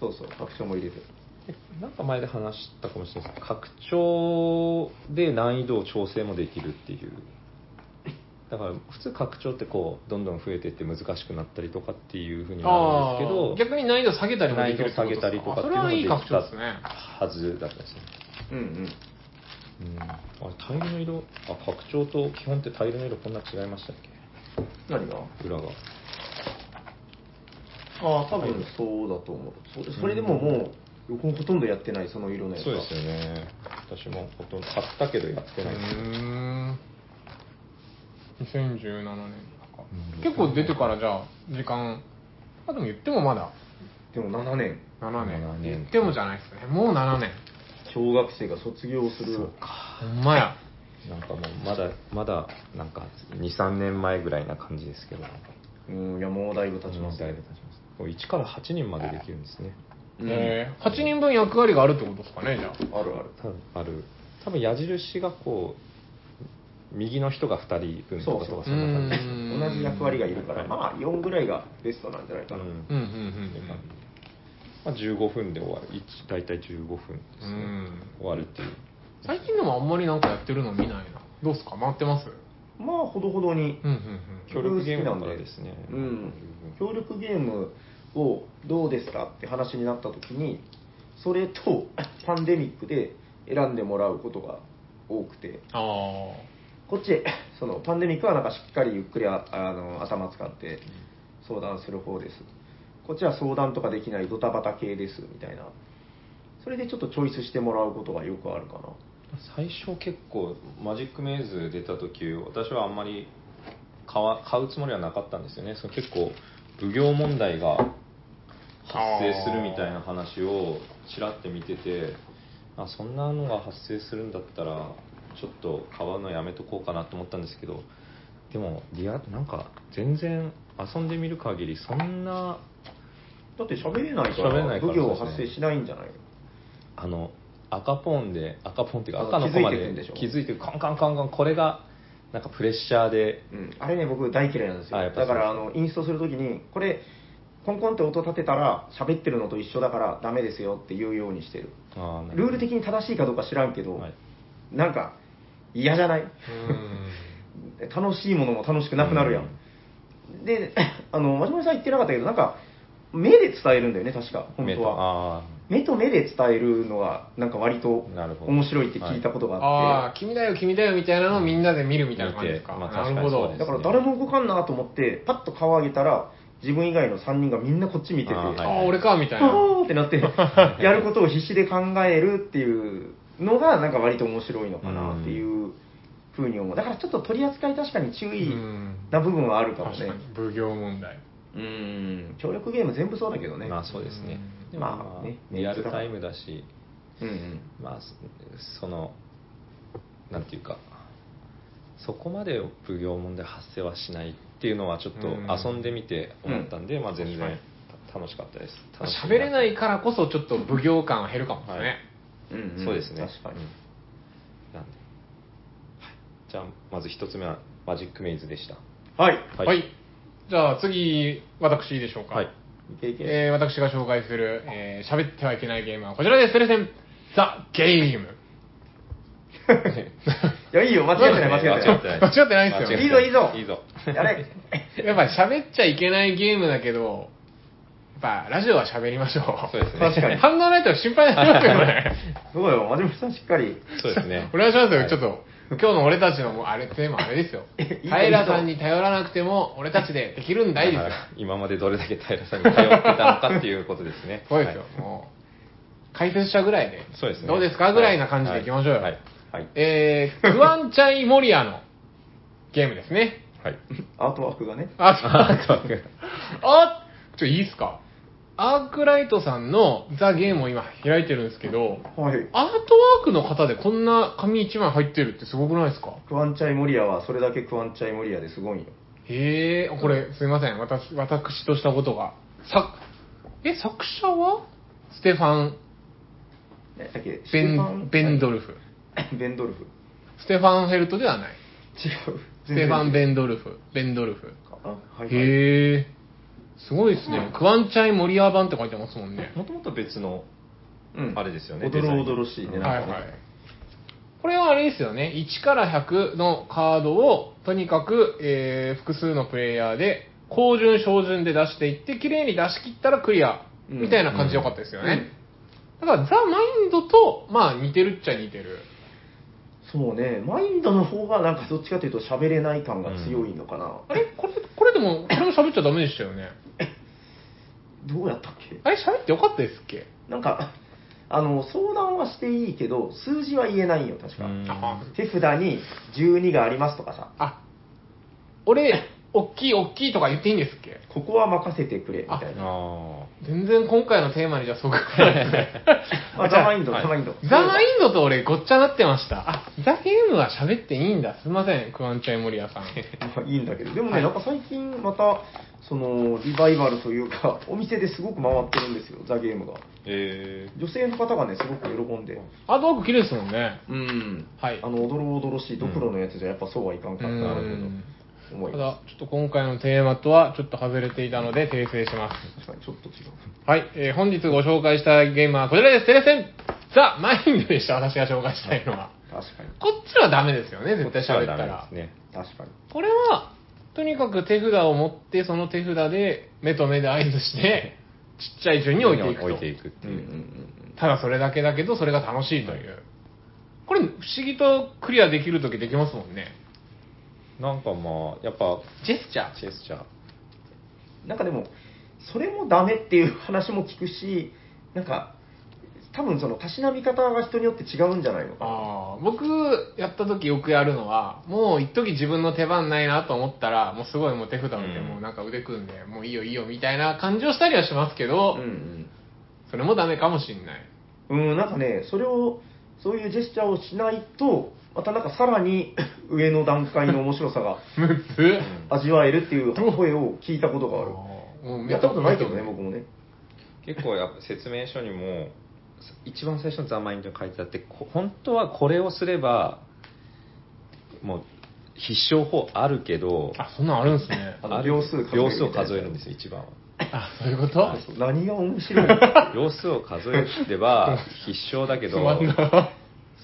[SPEAKER 2] そうそう拡張も入れてる
[SPEAKER 1] でなんか前で話したかもしれないですけど拡張で難易度を調整もできるっていうだから普通拡張ってこうどんどん増えていって難しくなったりとかっていうふう
[SPEAKER 3] ー
[SPEAKER 1] にな
[SPEAKER 3] あ
[SPEAKER 1] るんで
[SPEAKER 3] ー
[SPEAKER 1] すけど
[SPEAKER 3] 逆に難易度下げたりもできるってこ
[SPEAKER 1] 難
[SPEAKER 3] と
[SPEAKER 1] 易度下げ
[SPEAKER 3] です
[SPEAKER 1] たりとか
[SPEAKER 3] あそれはいい拡張ですね
[SPEAKER 1] はずだったんですね
[SPEAKER 2] うんうん
[SPEAKER 1] うんあれタイルの色あ拡張と基本ってタイルの色こんな違いましたっ
[SPEAKER 2] 何が
[SPEAKER 1] け裏が
[SPEAKER 2] ああ多分そうだと思うそそれでももうほとんどやってないその色のやつ
[SPEAKER 1] そう
[SPEAKER 2] は
[SPEAKER 1] ですよね私もほとんど買ったけどやって
[SPEAKER 3] う
[SPEAKER 1] ないです
[SPEAKER 3] ーん2017年か
[SPEAKER 1] うん
[SPEAKER 3] 結構出てからじゃあ時間あでも言ってもまだ
[SPEAKER 2] でも7年
[SPEAKER 3] 7年
[SPEAKER 1] 7年
[SPEAKER 3] 言ってもじゃないですねもう7年
[SPEAKER 2] 小学生が卒業する
[SPEAKER 3] ほんまや
[SPEAKER 1] なんかもうまだまだなんか23年前ぐらいな感じですけど
[SPEAKER 2] うんいやもうだいぶ経ちます
[SPEAKER 1] だいぶ経ちますこれ1から8人までできるんですね
[SPEAKER 2] うん
[SPEAKER 3] えー、8人分役割があるってことですかねじゃあ
[SPEAKER 2] あるある
[SPEAKER 1] 多分ある多分矢印がこう右の人が2人分とかとか
[SPEAKER 3] う
[SPEAKER 1] そんな感じですね
[SPEAKER 3] ん
[SPEAKER 2] 同じ役割がいるから
[SPEAKER 1] うん
[SPEAKER 2] まあ4ぐらいがベストなんじゃないか
[SPEAKER 1] う
[SPEAKER 2] な、
[SPEAKER 1] ん
[SPEAKER 3] うんうん
[SPEAKER 1] まあ、15分で終わる一大体15分です
[SPEAKER 3] うんうんう
[SPEAKER 1] ね、
[SPEAKER 3] ん
[SPEAKER 1] 終わるっていう
[SPEAKER 3] 最近のもあんまりなんかやってるの見ないなどうっすか回ってます
[SPEAKER 2] まあほどほどに
[SPEAKER 3] うんうん
[SPEAKER 1] 協力ゲームからですね
[SPEAKER 2] うん、協力ゲームをどうですかって話になった時にそ
[SPEAKER 1] (laughs)
[SPEAKER 2] れとパンデミックで選んでもらうことが多くて
[SPEAKER 3] ああ
[SPEAKER 2] こっち (laughs) そのパンデミックはなんかしっかりゆっくりああの頭使って相談する方ですこっちは相談とかできないドタバタ系ですみたいなそれでちょっとチョイスしてもらうことがよくあるかな
[SPEAKER 1] 最初結構マジックメイズ出た時私はあんまり買わ買うつもりはなかったんですよねその結構奉行問題が発生するみたいな話をちらって見ててあそんなのが発生するんだったらちょっと買うのやめとこうかなと思ったんですけどでもリアなんか全然遊んでみる限りそんな
[SPEAKER 2] だって喋れないから
[SPEAKER 1] 喋れないから
[SPEAKER 2] 奉行発生しないんじゃない
[SPEAKER 1] あの赤ポンで赤ポンっていうか
[SPEAKER 2] あの
[SPEAKER 1] 赤のコマ
[SPEAKER 2] 気づいてく
[SPEAKER 1] で
[SPEAKER 2] んでしょ
[SPEAKER 1] 気づいてくカンカンカンカンこれがなんかプレッシャーで
[SPEAKER 2] うん、あれね、僕大嫌いなんですよ。
[SPEAKER 1] あや
[SPEAKER 2] だ
[SPEAKER 1] っぱそう
[SPEAKER 2] から、あの、インストするときに、これ、コンコンって音立てたら、喋ってるのと一緒だから、ダメですよって言うようにしてる。
[SPEAKER 1] あなる
[SPEAKER 2] ル
[SPEAKER 1] ほ
[SPEAKER 2] ー
[SPEAKER 1] ど
[SPEAKER 2] ル的に正しいかどうか知らんけど、
[SPEAKER 1] はい
[SPEAKER 2] なんか、嫌じゃない
[SPEAKER 3] うん
[SPEAKER 2] 楽しいものも楽しくなくなるやん。で、 (laughs) あの、真島さん言ってなかったけど、なんか、目で伝えるんだよね、確か、本
[SPEAKER 1] 目
[SPEAKER 2] 当
[SPEAKER 1] と
[SPEAKER 2] は。
[SPEAKER 1] あ
[SPEAKER 2] 目と目で伝えるのが、なんか割と
[SPEAKER 1] なるほど
[SPEAKER 2] 面白いって聞いたことがあ
[SPEAKER 3] あ
[SPEAKER 2] って、
[SPEAKER 3] あ君だよ君だよみたいなのをみんなで見るみたいな感じですか、
[SPEAKER 1] 見てまあ
[SPEAKER 3] な
[SPEAKER 1] 確か
[SPEAKER 3] る
[SPEAKER 1] にそ
[SPEAKER 3] ほ
[SPEAKER 1] う
[SPEAKER 3] ど
[SPEAKER 1] です
[SPEAKER 2] だから誰も動かんなと思って、パッと顔上げたら、自分以外の3人がみんなこっち見てて、
[SPEAKER 1] あーはい
[SPEAKER 3] ああ俺かみたいな
[SPEAKER 2] あーってな
[SPEAKER 1] (laughs)
[SPEAKER 2] って、やることを必死で考えるっていうのが、なんか割と面白いのかなっていうふうに思う。だからちょっと取り扱い確かに注意
[SPEAKER 3] うん
[SPEAKER 2] な部分はあるかも
[SPEAKER 3] 確か
[SPEAKER 2] ね
[SPEAKER 3] に。奉行問題
[SPEAKER 2] うん。協力ゲーム全部そうだけどね。
[SPEAKER 1] あまあそうですね
[SPEAKER 3] うん
[SPEAKER 1] でも
[SPEAKER 2] まあね
[SPEAKER 1] リアルタイムだし
[SPEAKER 2] うんうん。
[SPEAKER 1] まあそそのなんていうかそこまで奉行問題発生はしないっていうのはちょっと
[SPEAKER 3] うん
[SPEAKER 1] 遊んでみて思ったんで、まあ全然楽しかったです楽しみ
[SPEAKER 3] 喋れないからこそちょっと奉行感は減るかもですね、
[SPEAKER 1] はい
[SPEAKER 2] うんん
[SPEAKER 1] そうですね。
[SPEAKER 2] 確かに。
[SPEAKER 1] うんなんではいじゃあ、まず一つ目はマジックメイズでした。
[SPEAKER 2] はい。
[SPEAKER 1] はい
[SPEAKER 3] はい。じゃあ次、私いいでしょうか。
[SPEAKER 1] はい
[SPEAKER 2] いけいけ。
[SPEAKER 3] えー私が紹介する、えー、喋ってはいけないゲームはこちらです。テレセン、ザ・ゲーム。
[SPEAKER 2] いや、いいよ。間違ってない、間違って
[SPEAKER 1] 間違って
[SPEAKER 2] な
[SPEAKER 1] ない
[SPEAKER 3] 間違ってないですよ
[SPEAKER 2] い。いいぞ、いいぞ。
[SPEAKER 1] いいぞ。
[SPEAKER 2] やれ。 (laughs)
[SPEAKER 3] (laughs) やっぱ喋っちゃいけないゲームだけど、やっぱラジオは喋りましょう。
[SPEAKER 1] そうですね
[SPEAKER 2] 確かに
[SPEAKER 3] 反応ないと心配になりますよ、これ。
[SPEAKER 2] そうよ、真面目さんしっかり。
[SPEAKER 1] そうです (laughs) ね
[SPEAKER 3] お。願いしますよ、
[SPEAKER 1] はい
[SPEAKER 3] ちょっと。今日の俺たちのもうあれテーマあれですよ
[SPEAKER 2] いいぞいい。ぞ
[SPEAKER 3] 平さんに頼らなくても俺たちでできるんだいで
[SPEAKER 1] だ
[SPEAKER 3] す
[SPEAKER 1] か
[SPEAKER 3] よ。
[SPEAKER 1] ら。今までどれだけ平さんに頼ってたのかっていうことですね
[SPEAKER 3] (laughs) そうですよ
[SPEAKER 1] はい。
[SPEAKER 3] もう、解説者ぐらいで。
[SPEAKER 1] そうですね。
[SPEAKER 3] どうですかぐらいな感じでいきましょうよ。
[SPEAKER 1] はい。はい。
[SPEAKER 3] えー、クワンチャイモリアのゲームですね。
[SPEAKER 1] (laughs) はい。
[SPEAKER 2] アートワークがね。
[SPEAKER 3] あ、
[SPEAKER 1] あとは
[SPEAKER 2] (laughs)
[SPEAKER 3] あちょ、いいっすかアークライトさんのザ・ゲームを今開いてるんですけど、
[SPEAKER 2] はい。
[SPEAKER 3] アートワークの方でこんな紙一枚入ってるってすごくないですか
[SPEAKER 2] クワンチャイモリアはそれだけクワンチャイモリアですごいよ。
[SPEAKER 3] へえ、これ、すいません。私、私としたことが。作、え、作者はステファン・
[SPEAKER 2] ねさっき、
[SPEAKER 3] ベ
[SPEAKER 2] シテファ
[SPEAKER 3] ン、ベンド
[SPEAKER 2] ル
[SPEAKER 3] ルフ。
[SPEAKER 2] フ。ベンドルフ。
[SPEAKER 3] ステファン・ヘルトではない。
[SPEAKER 2] 違う。
[SPEAKER 3] ステファン・ベ
[SPEAKER 2] ン
[SPEAKER 3] ンドルフ。ベンドルフ。
[SPEAKER 2] あ、はい、はい。
[SPEAKER 3] へえ、すごいですね。クワンチャイ・モリア版って書いてますもんね。
[SPEAKER 1] もともと別の
[SPEAKER 2] うん、
[SPEAKER 1] あれですよね
[SPEAKER 2] おどろおどろしいね、
[SPEAKER 1] デザイン
[SPEAKER 2] なんかね。
[SPEAKER 3] はいはいこれはあれですよね。1から100のカードを、とにかく、えー複数のプレイヤーで、高順、小順で出していって、綺麗に出し切ったらクリア。
[SPEAKER 2] うん
[SPEAKER 3] みたいな感じでよかったですよね。
[SPEAKER 2] うん
[SPEAKER 3] だから、ザ・マインドと、まあ、似てるっちゃ似てる。
[SPEAKER 2] そうね、マインドの方がなんかどっちかというと喋れない感が強いのかな。
[SPEAKER 3] あれこれ、これでも、これも喋っちゃダメでしたよね。
[SPEAKER 2] どうやったっけ
[SPEAKER 3] あれ、喋ってよかったですっけ
[SPEAKER 2] なんか、あの、相談はしていいけど、数字は言えないよ、確か。
[SPEAKER 1] うん
[SPEAKER 3] あ
[SPEAKER 2] 手札に12がありますとかさ、
[SPEAKER 3] あ、俺、おっきいおっきいとか言っていいんですっけ
[SPEAKER 2] ここは任せてくれ、みたいな。
[SPEAKER 1] あ
[SPEAKER 3] 全然今回のテーマにじゃあそこからで
[SPEAKER 2] (laughs)
[SPEAKER 3] すね
[SPEAKER 2] あ、ザ・マインド、
[SPEAKER 1] はい
[SPEAKER 2] ザ・マインド。
[SPEAKER 3] ザ・マインドと俺ごっちゃなってました。あ、ザ・ゲームは喋っていいんだ。すいません、クワンチャイ・モリ
[SPEAKER 1] (laughs)
[SPEAKER 3] アさん。
[SPEAKER 2] まあいいんだけど、でもね、
[SPEAKER 3] はい
[SPEAKER 2] なんか最近また、その、リバイバルというか、 (laughs) お店ですごく回ってるんですよ、ザ・ゲームが。
[SPEAKER 1] ーえ
[SPEAKER 2] 女性の方がね、すごく喜んで。
[SPEAKER 3] アートワーク綺麗ですもんね。
[SPEAKER 2] うん。
[SPEAKER 3] はい
[SPEAKER 2] あの、おどろおどろしいドクロのやつじゃ、やっぱそうはいかんかったな
[SPEAKER 1] るほど
[SPEAKER 3] うん
[SPEAKER 2] と思い
[SPEAKER 3] た
[SPEAKER 2] ま。
[SPEAKER 3] だ、ちょっと今回のテーマとはちょっと外れていたので訂正します
[SPEAKER 2] 確かに、ちょっと違う。
[SPEAKER 3] す。はい、えー本日ご紹介したゲームはこちらです。テレセンザ・マインドでした。私が紹介したいのは。
[SPEAKER 2] 確かに。
[SPEAKER 3] こっちはダメですよね、絶対喋
[SPEAKER 1] こっ
[SPEAKER 3] った
[SPEAKER 1] ちはダ
[SPEAKER 3] ら
[SPEAKER 1] メ。ですね
[SPEAKER 2] 確かに。
[SPEAKER 3] これは、とにかく手札を持って、その手札で目と目で合図して、ちっちゃい順に置いていくと。
[SPEAKER 1] 置いていくって
[SPEAKER 2] うんうん
[SPEAKER 1] いうう、
[SPEAKER 3] ただそれだけだけど、それが楽しいという。これ、不思議とクリアできるときできますもんね。
[SPEAKER 1] なんかまあやっぱ
[SPEAKER 3] ジェスチャー。
[SPEAKER 1] ジェスチャー
[SPEAKER 2] ん。なんかでも、それもダメっていう話も聞くし、なんか、多分その、たしなみ方が人によって違うんじゃないのかな。
[SPEAKER 3] あー僕、やったときよくやるのは、もう一時自分の手番ないなと思ったら、もうすごいもう手札を見て、
[SPEAKER 1] うん
[SPEAKER 3] もうなんか腕組んで、もういいよいいよみたいな感じをしたりはしますけど、
[SPEAKER 2] うん
[SPEAKER 3] それもダメかもしんない。
[SPEAKER 2] うん。うん、なんかね、それを、そういうジェスチャーをしないと、またなんかさらに (laughs) 上の段階の面白さが
[SPEAKER 3] むつ、
[SPEAKER 2] 味わえるっていう声を聞いたことがある。
[SPEAKER 3] もう
[SPEAKER 2] やったことないけどね、僕もね。
[SPEAKER 1] 結構やっぱ説明書にも一番最初の「ザ・マインド」に書いてあってこ本当はこれをすればもう必勝法あるけど
[SPEAKER 3] あ、そんなんあるんですね。
[SPEAKER 2] あの
[SPEAKER 1] ある
[SPEAKER 2] 秒数数えるみたいな
[SPEAKER 1] 秒数を数えるんですよ一番は
[SPEAKER 3] (laughs) あ、そういうこと (laughs)
[SPEAKER 1] はい
[SPEAKER 2] 何が面白いのか
[SPEAKER 1] 秒数を数えれば必勝だけ
[SPEAKER 3] (laughs) つ
[SPEAKER 1] ど
[SPEAKER 3] まんな。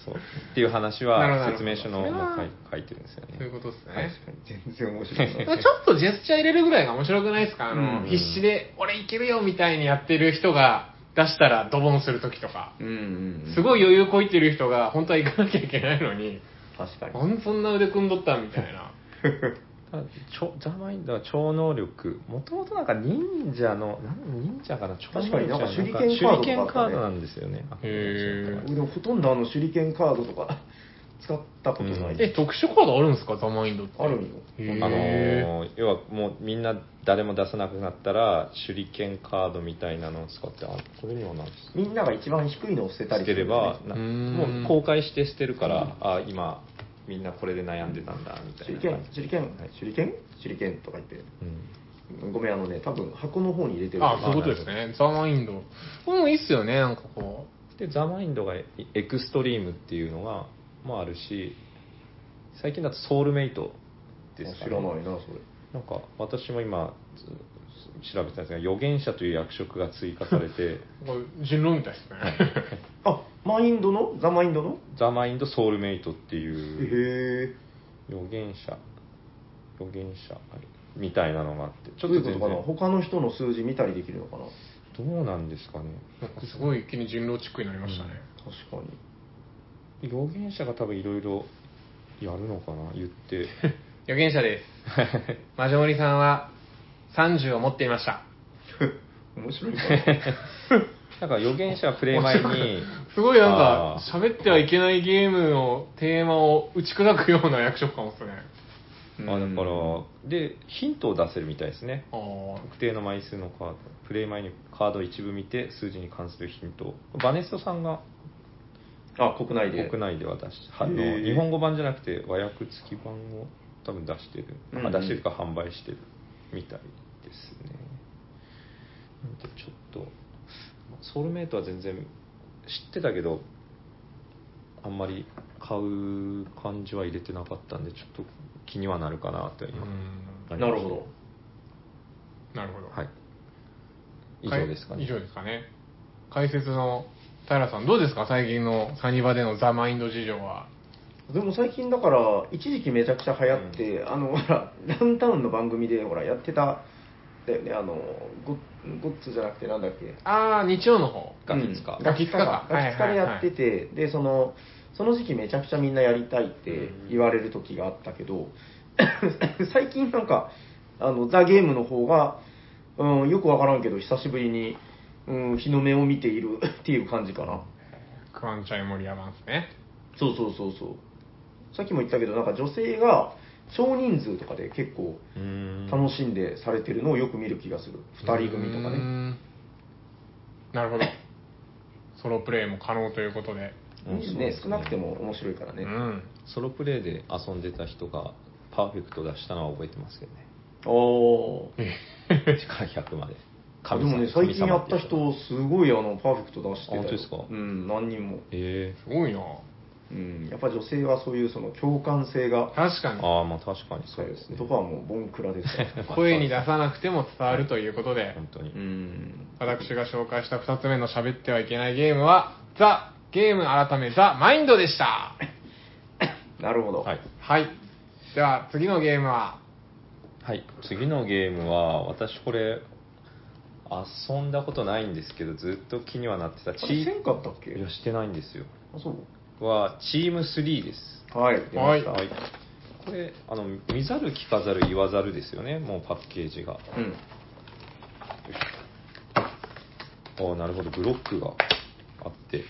[SPEAKER 1] そうっていう話
[SPEAKER 3] なるほどな
[SPEAKER 1] は
[SPEAKER 3] るほ
[SPEAKER 1] 説
[SPEAKER 3] ど
[SPEAKER 1] 明書の
[SPEAKER 3] それは
[SPEAKER 1] 書い書いてるんですよ
[SPEAKER 3] そういう
[SPEAKER 1] ね
[SPEAKER 3] ことですね。
[SPEAKER 2] 全然面白く
[SPEAKER 3] ち
[SPEAKER 2] な
[SPEAKER 3] ょ
[SPEAKER 2] い。
[SPEAKER 3] っとジェスチャー入れるぐらいが面白くないですかあの、
[SPEAKER 2] うん
[SPEAKER 3] 必死で、俺いけるよみたいにやってる人が出したらドボンするときとか、
[SPEAKER 2] うんうんうん
[SPEAKER 3] すごい余裕こいてる人が本当は行かなきゃいけないのに、
[SPEAKER 2] 確かに。
[SPEAKER 3] なんでそんな腕組んどったみたい
[SPEAKER 2] (laughs)
[SPEAKER 3] な。
[SPEAKER 1] ただ超ザ・マインドは超能力もともとなんか忍者のなん忍者かな超能力
[SPEAKER 2] 確かになんか手裏剣
[SPEAKER 1] じゃい手裏剣カ
[SPEAKER 2] カードとかあったね
[SPEAKER 1] ードなんですよねあ
[SPEAKER 3] へ
[SPEAKER 2] でもほとんどあの手裏剣カードとか (laughs) 使ったことない、
[SPEAKER 1] うん
[SPEAKER 3] え、特殊カードあるんですかザ・マインドって。
[SPEAKER 2] あるんよ
[SPEAKER 1] あ
[SPEAKER 3] へー
[SPEAKER 1] のー要はもうみんな誰も出さなくなったら手裏剣カードみたいなのを使ってあこれにもなんです
[SPEAKER 2] みんなが一番低いのを捨てた
[SPEAKER 1] 捨
[SPEAKER 2] り
[SPEAKER 1] てれば、
[SPEAKER 2] す
[SPEAKER 1] な
[SPEAKER 3] うーん
[SPEAKER 1] もう公開して捨てるからあ今みんなこれで悩んでたんだみたい
[SPEAKER 2] るん
[SPEAKER 1] な
[SPEAKER 2] です
[SPEAKER 1] 感じ
[SPEAKER 2] ね手裏剣
[SPEAKER 1] はい
[SPEAKER 2] 手裏剣手裏剣手裏剣とか言って
[SPEAKER 1] うん
[SPEAKER 2] ごめんあのね多分箱の方に入れてる
[SPEAKER 3] あ、そういうことですね。ザ・マインド。これもいいっすよね、なんかこ
[SPEAKER 1] でザ・マインドがエエクストリームっていうのがもあるし最近だとソウルメイトです
[SPEAKER 2] あ
[SPEAKER 1] か
[SPEAKER 2] 知
[SPEAKER 1] ね
[SPEAKER 2] らないなそ
[SPEAKER 1] なんか私も今ず調べてたんですが預言者という役職が追加され
[SPEAKER 2] (laughs)
[SPEAKER 1] て
[SPEAKER 3] う、これ人狼みたいですね。
[SPEAKER 2] れあマインドのザ・マインドの
[SPEAKER 1] ザ・マインド・ソウルメイトっていう
[SPEAKER 2] へえ
[SPEAKER 1] 予言者予言者あれみたいなのがあってち
[SPEAKER 2] ちょ
[SPEAKER 1] ょ
[SPEAKER 2] っ
[SPEAKER 1] っと
[SPEAKER 2] と
[SPEAKER 1] 全
[SPEAKER 2] どういう
[SPEAKER 1] 然
[SPEAKER 2] ことかな他の人の数字見たりできるのかな
[SPEAKER 1] どうなんですかね
[SPEAKER 3] なんか (laughs) すごい一気に人狼チックになりましたね。
[SPEAKER 2] 確かに
[SPEAKER 1] 予言者が多分いろいろやるのかな言って
[SPEAKER 2] (laughs)
[SPEAKER 3] 予言者です。マジョモリさんは30を持っていました。
[SPEAKER 2] 面白いかな
[SPEAKER 1] なんか予言者はプレイ前に
[SPEAKER 3] すごいなんか
[SPEAKER 1] あ、ー
[SPEAKER 3] 喋ってはいけないゲームのテーマを打ち砕くような役職かもっすね。
[SPEAKER 1] あだからでヒントを出せるみたいですね
[SPEAKER 3] あー
[SPEAKER 1] 特定の枚数のカードプレイ前にカードを一部見て数字に関するヒントをバネストさんが
[SPEAKER 2] あ、国内で。
[SPEAKER 1] 国内では出してあの
[SPEAKER 2] へー
[SPEAKER 1] 日本語版じゃなくて和訳付き版を多分出してる、
[SPEAKER 2] うんうん
[SPEAKER 1] あ出してるか販売してるみたいですねなんでちょっとソウルメイトは全然知ってたけどあんまり買う感じは入れてなかったんでちょっと気にはなるかなというう、
[SPEAKER 3] ん
[SPEAKER 2] なるほど。
[SPEAKER 3] なるほど。
[SPEAKER 1] はい以上ですかね
[SPEAKER 3] 以上ですかね。解説の平さん、どうですか最近のサニバでのザ・マインド事情は。
[SPEAKER 2] でも最近だから、一時期めちゃくちゃ流行って、あの、ほら、ダウンタウンの番組で、ほら、やってた、だよね、あの、ゴッゴッツじゃなくて、なんだっけ。
[SPEAKER 3] あー、日曜の方。
[SPEAKER 1] ガキツカ
[SPEAKER 2] うん
[SPEAKER 3] ガ
[SPEAKER 2] ガ
[SPEAKER 3] キ
[SPEAKER 2] キ
[SPEAKER 3] ツ
[SPEAKER 2] ツ
[SPEAKER 3] カ
[SPEAKER 2] カ
[SPEAKER 3] か
[SPEAKER 2] か。ガキツカで
[SPEAKER 3] はいはいはい
[SPEAKER 2] やってて、で、その、その時期めちゃくちゃみんなやりたいって言われる時があったけ
[SPEAKER 3] (laughs)
[SPEAKER 2] ど、最近なんか、あの、ザ・ゲームの方が、うん、よくわからんけど、久しぶりに、うん、日の目を見ている (laughs) っていう感じかな。
[SPEAKER 3] クワンチャイ森山ですね。
[SPEAKER 2] そうそうそうそう。さっきも言ったけど、なんか女性が少人数とかで結構
[SPEAKER 1] うーん
[SPEAKER 2] 楽しんでされてるのをよく見る気がする。二人組とか
[SPEAKER 3] うー
[SPEAKER 2] ね。
[SPEAKER 3] ん。
[SPEAKER 1] (laughs)
[SPEAKER 3] なるほど。ソロプレイも可能ということで。
[SPEAKER 1] うんそうで
[SPEAKER 2] ね
[SPEAKER 1] すね、
[SPEAKER 2] 少なくても面白いから
[SPEAKER 3] う
[SPEAKER 2] ね。
[SPEAKER 3] ん。
[SPEAKER 1] ソロプレイで遊んでた人がパーフェクト出したのは覚えてますけど
[SPEAKER 2] (laughs)
[SPEAKER 1] ね
[SPEAKER 2] おー。
[SPEAKER 1] 1から100まで
[SPEAKER 2] でもね、最近やった人、すごいあのパーフェクト出してたよ
[SPEAKER 1] あ本当ですか
[SPEAKER 2] うん、何人も。
[SPEAKER 1] え
[SPEAKER 3] すごいな
[SPEAKER 2] うん、やっぱ女性はそういうその共感性が、
[SPEAKER 3] 確か
[SPEAKER 1] え
[SPEAKER 3] に。
[SPEAKER 1] ああまあ確かにそうですね
[SPEAKER 2] 男はもうボンクラですから
[SPEAKER 1] (laughs)
[SPEAKER 3] 声に出さなくても伝わるということで、
[SPEAKER 1] 本当に、
[SPEAKER 2] うん。
[SPEAKER 3] 私が紹介した2つ目の喋ってはいけないゲームは、ザ・ゲーム改めザ・マインドでした。
[SPEAKER 2] なるほど。
[SPEAKER 1] はい、
[SPEAKER 3] はい。では、次のゲームは、
[SPEAKER 1] はい、次のゲームは私これ遊んだことないんですけどずっと気にはなってた
[SPEAKER 2] あれせんかったっけ
[SPEAKER 1] いやしてないんですよ
[SPEAKER 2] あ、そう。
[SPEAKER 1] はチーム3です
[SPEAKER 2] はい、出ました。
[SPEAKER 1] はい、これあの見ざる聞かざる言わざるですよねもうパッケージが
[SPEAKER 2] うん。
[SPEAKER 1] ああなるほどブロックがあって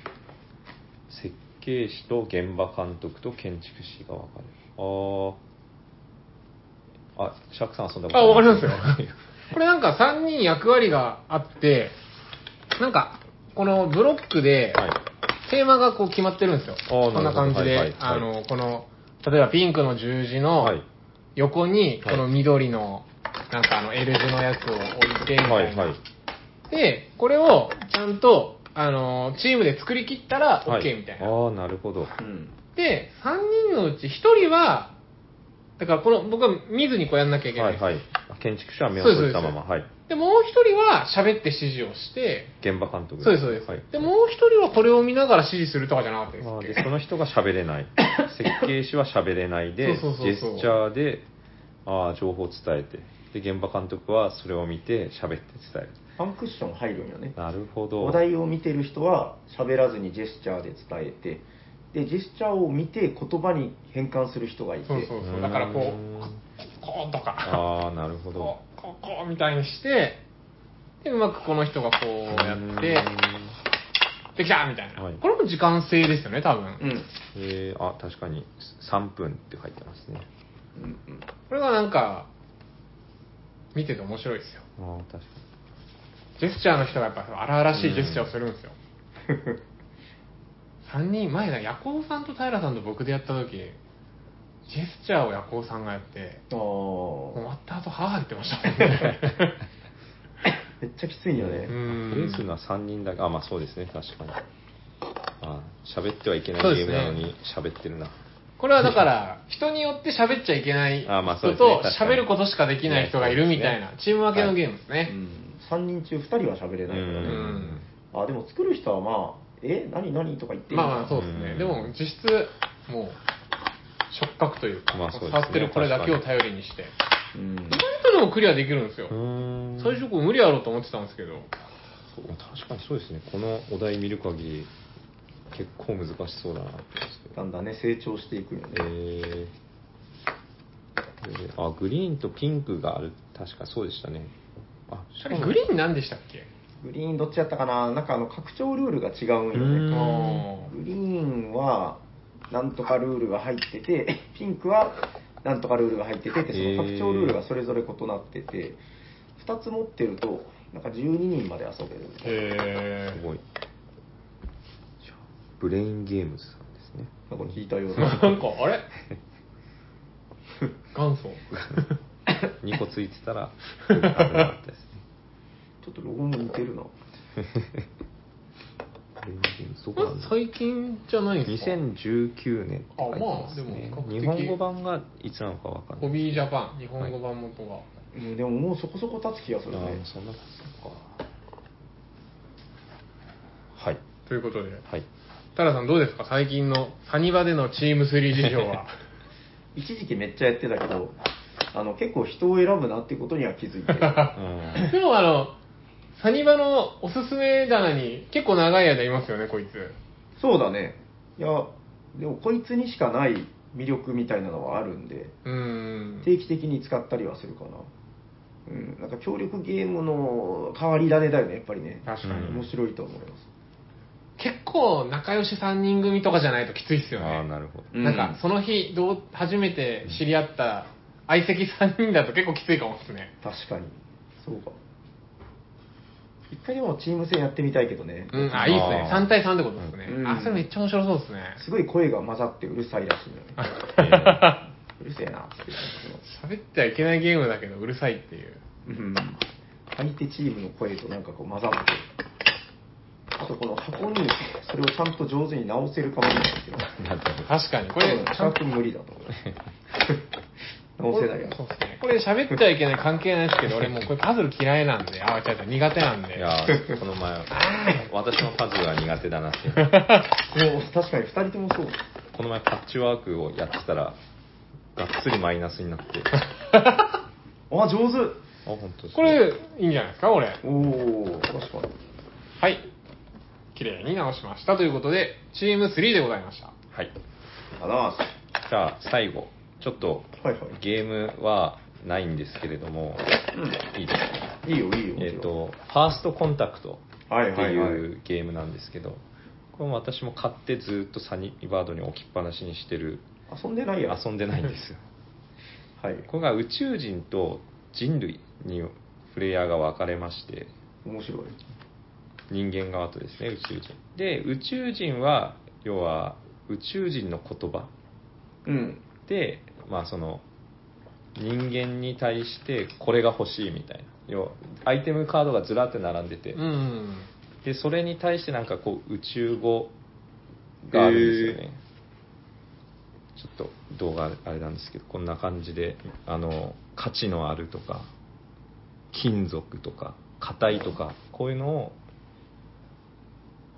[SPEAKER 1] 設計士と現場監督と建築士が分かれるあーあシャークさん遊んだこと。
[SPEAKER 3] あ、わかりますよこれなんか3人役割があって、なんか、このブロックで、
[SPEAKER 1] はい
[SPEAKER 3] テーマがこう決まってるんですよ。
[SPEAKER 1] あーなるほ
[SPEAKER 3] こ
[SPEAKER 1] ど
[SPEAKER 3] んな感じ
[SPEAKER 1] はい
[SPEAKER 3] で、
[SPEAKER 1] はいはい
[SPEAKER 3] あの、この、例えばピンクの十字の
[SPEAKER 1] はい
[SPEAKER 3] 横に、
[SPEAKER 1] はい
[SPEAKER 3] この緑の、なんかあの L 字のやつを置いてみたいな、
[SPEAKER 1] はいはい
[SPEAKER 3] で、これをちゃんと、あの、チームで作り切ったら
[SPEAKER 1] はい
[SPEAKER 3] OK みたいな。
[SPEAKER 1] ああなるほど
[SPEAKER 2] うん。
[SPEAKER 3] で、3人のうち1人は、だからこの、僕は見ずにこうやんなきゃいけないん
[SPEAKER 1] は
[SPEAKER 3] で
[SPEAKER 1] い
[SPEAKER 3] すよ。
[SPEAKER 1] はい建築士は目を閉じたままはい
[SPEAKER 3] で、もう1人は喋って指示をして、
[SPEAKER 1] 現場監督
[SPEAKER 3] そうです、そうです。
[SPEAKER 1] はい
[SPEAKER 3] で、もう1人はこれを見ながら指示するとかじゃなかったです
[SPEAKER 1] あ
[SPEAKER 3] っ
[SPEAKER 1] ー
[SPEAKER 3] け
[SPEAKER 1] でその人が喋れない
[SPEAKER 3] (laughs)
[SPEAKER 1] 設計士は喋れないで
[SPEAKER 3] そうそうそ
[SPEAKER 1] ジ
[SPEAKER 3] うそう
[SPEAKER 1] ェスチャーであー情報を伝えてで現場監督はそれを見て喋って伝える
[SPEAKER 2] ファンクッション入るんよね。
[SPEAKER 1] なるほど
[SPEAKER 2] お題を見てる人は喋らずにジェスチャーで伝えて、で、ジェスチャーを見て言葉に変換する人がいて、
[SPEAKER 3] そうそうそう。だからこう、こうとか、
[SPEAKER 1] ああなるほど
[SPEAKER 3] こう、こう、こうみたいにして、で、うまくこの人がこうやって、できたみたいな、
[SPEAKER 1] はい
[SPEAKER 3] これも時間制ですよね、多分。
[SPEAKER 2] うん。
[SPEAKER 1] えー、あ確かに3分って書いてますね
[SPEAKER 2] うんうん (laughs)
[SPEAKER 3] これがなんか、見てて面白いですよ。
[SPEAKER 1] あー確かに
[SPEAKER 3] ジェスチャーの人がやっぱ荒々しいジェスチャーをするんですよ。3人、前だ、ヤコウさんと平さんと僕でやった時、ジェスチャーをヤコウさんがやって、
[SPEAKER 2] あ
[SPEAKER 3] 終
[SPEAKER 2] ー
[SPEAKER 3] わった後歯入ってました
[SPEAKER 1] (laughs)
[SPEAKER 3] もんね。
[SPEAKER 2] めっちゃきついよね。
[SPEAKER 3] うん
[SPEAKER 1] プレイするのは3人だけあまあそうですね確かにあー喋ってはいけな
[SPEAKER 3] そう
[SPEAKER 1] い
[SPEAKER 3] で
[SPEAKER 1] ゲ
[SPEAKER 3] す
[SPEAKER 1] ー
[SPEAKER 3] ね
[SPEAKER 1] ムなのに喋ってるな、
[SPEAKER 3] これはだから、人によって喋っちゃいけない
[SPEAKER 1] あまあそう
[SPEAKER 3] 人
[SPEAKER 1] ですね
[SPEAKER 3] と喋ることしかできない人がいるみたいな、チーム分けのゲームです
[SPEAKER 2] う
[SPEAKER 3] ね。
[SPEAKER 2] ん、3人中2人は喋れ
[SPEAKER 1] う
[SPEAKER 2] ないからね、
[SPEAKER 1] ん
[SPEAKER 2] あでも作る人はまあえ何何とか言っていい
[SPEAKER 3] ま
[SPEAKER 2] の
[SPEAKER 3] あ
[SPEAKER 2] かな
[SPEAKER 3] まあそうですね。
[SPEAKER 1] うん
[SPEAKER 3] でも実質、もう、触覚というか、
[SPEAKER 1] まあそうですね
[SPEAKER 3] 触ってるこれだけを頼りにして。
[SPEAKER 2] うん
[SPEAKER 3] 意外とでもクリアできるんですよ。
[SPEAKER 1] うん
[SPEAKER 3] 最初こう無理やろうと思ってたんですけど、
[SPEAKER 1] そう確かにそうですねこのお題見る限り結構難しそうだなって
[SPEAKER 2] だんだんね成長していくよね、
[SPEAKER 1] えー、であグリーンとピンクがある確かそうでしたねあ
[SPEAKER 3] あれグリーン何でしたっけ
[SPEAKER 2] グリーンどっちやったかななんかあの拡張ルールが違うんよ
[SPEAKER 1] うん
[SPEAKER 2] ね
[SPEAKER 3] あ
[SPEAKER 2] グリーンはなんとかルールが入ってて (laughs) ピンクはなんとかルールが入っててで、そ
[SPEAKER 1] へー
[SPEAKER 2] の拡張ルールがそれぞれ異なってて、2つ持ってると、なんか12人まで遊べる。
[SPEAKER 3] へ
[SPEAKER 1] すごい。ブレインゲームズさんですね。
[SPEAKER 2] なんか聞いたよう
[SPEAKER 3] え。なん
[SPEAKER 2] な。
[SPEAKER 3] か、
[SPEAKER 1] (laughs)
[SPEAKER 3] あれ元祖。
[SPEAKER 1] 2個ついてた
[SPEAKER 3] (laughs)
[SPEAKER 1] ら、危なかったですね。
[SPEAKER 2] ちょっとロゴも似てるな。
[SPEAKER 1] ブレインゲームズ、ど
[SPEAKER 3] こ
[SPEAKER 1] こ
[SPEAKER 3] れ
[SPEAKER 1] なんだ
[SPEAKER 3] 最近じゃないんですか
[SPEAKER 1] 2019年って書いてますね。
[SPEAKER 3] あまあでも比較的
[SPEAKER 1] 日本語版がいつなのかわかんな
[SPEAKER 3] ホ
[SPEAKER 1] い。
[SPEAKER 3] ビージャパン、日本語版元
[SPEAKER 2] う
[SPEAKER 3] が。
[SPEAKER 2] んでももうそこそこ立つ気がす
[SPEAKER 1] ああ
[SPEAKER 2] るね。
[SPEAKER 1] ー、そんなことか。はい。
[SPEAKER 3] ということで、 (laughs)
[SPEAKER 1] はい。
[SPEAKER 3] タラさんどうですか最近のサニバでのチーム3事情
[SPEAKER 1] (laughs)
[SPEAKER 3] は。
[SPEAKER 2] 一時期めっちゃやってたけど、あの結構人を選ぶなってことには気づいてる。
[SPEAKER 1] う
[SPEAKER 3] (laughs)
[SPEAKER 1] ん。
[SPEAKER 3] でもあの、サニバのおすすめ棚に結構長い間いますよね、こいつ。
[SPEAKER 2] そうだね。いや、でもこいつにしかない魅力みたいなのはあるんで、
[SPEAKER 3] うーん。
[SPEAKER 2] 定期的に使ったりはするかな。うん、なんか協力ゲームの変わり種だよね、やっぱりね。
[SPEAKER 3] 確かに。
[SPEAKER 1] うん
[SPEAKER 2] 面白いと思います。
[SPEAKER 3] 結構仲良し3人組とかじゃないときついっすよ
[SPEAKER 1] ああ、
[SPEAKER 3] ね。
[SPEAKER 1] なるほど。
[SPEAKER 2] うん
[SPEAKER 3] なんか、その日、どう、初めて知り合った相席3人だと結構きついかもっすね。
[SPEAKER 2] 確かに。そうか。一回でもチーム戦やってみたいけどね。
[SPEAKER 3] うん、あ、いいっすね。
[SPEAKER 1] あー
[SPEAKER 3] 3対3ってことですね。
[SPEAKER 2] うん
[SPEAKER 3] あ、それめっちゃ面白そうですね。
[SPEAKER 2] すごい声が混ざってうるさいらしいのよね。うるせえなって言って
[SPEAKER 3] 喋ってはいけないゲームだけど、うるさいっていう。
[SPEAKER 2] うん、相手チームの声となんかこう混ざって、あとこの箱にそれをちゃんと上手に直せるかもしれないけど、
[SPEAKER 1] なるほど
[SPEAKER 3] 確かに、こ
[SPEAKER 2] こ
[SPEAKER 3] れ
[SPEAKER 2] れ、、ちゃんと無理だ (laughs) と思う。直せないよ。
[SPEAKER 3] そうですね。これ喋ってはいけない関係ないですけど、俺もうこれパズル嫌いなんで、あ、違う違う、苦手なんで。
[SPEAKER 1] いやーこの前、私のパズルは苦手だなって。
[SPEAKER 2] もう確かに2人ともそう。
[SPEAKER 1] この前パッチワークをやってたら、がっつりマイナスになって。あ、
[SPEAKER 2] あ、上手
[SPEAKER 1] 本当ですね
[SPEAKER 3] これ、いいんじゃないですか、これ。
[SPEAKER 2] おお確かに。
[SPEAKER 3] はい。綺麗に直しました。ということで、チーム3でございました。
[SPEAKER 1] はい。
[SPEAKER 2] あらー
[SPEAKER 1] じゃあ、最後、ちょっと、
[SPEAKER 2] はいはい。
[SPEAKER 1] ゲームはないんですけれども、いいですか
[SPEAKER 2] うん。いいよ、いいよ。
[SPEAKER 1] えっ、と、ファーストコンタクトっ
[SPEAKER 2] は
[SPEAKER 1] て
[SPEAKER 2] いはいはい
[SPEAKER 1] いうゲームなんですけど、これも私も買ってずっとサニーバードに置きっぱなしにしてる、
[SPEAKER 2] 遊んでないや
[SPEAKER 1] 遊んでないんですよ。
[SPEAKER 2] はい。
[SPEAKER 1] これが宇宙人と人類にプレイヤーが分かれまして、
[SPEAKER 2] 面白い。
[SPEAKER 1] 人間側とですね宇宙人で宇宙人は要は宇宙人の言葉
[SPEAKER 2] うん。
[SPEAKER 1] でまあその人間に対してこれが欲しいみたいな要はアイテムカードがずらって並んでて、
[SPEAKER 3] うん。
[SPEAKER 1] でそれに対してなんかこう宇宙語があるんですよね、ちょっと動画あれなんですけどこんな感じであの価値のあるとか金属とか硬いとかこういうのを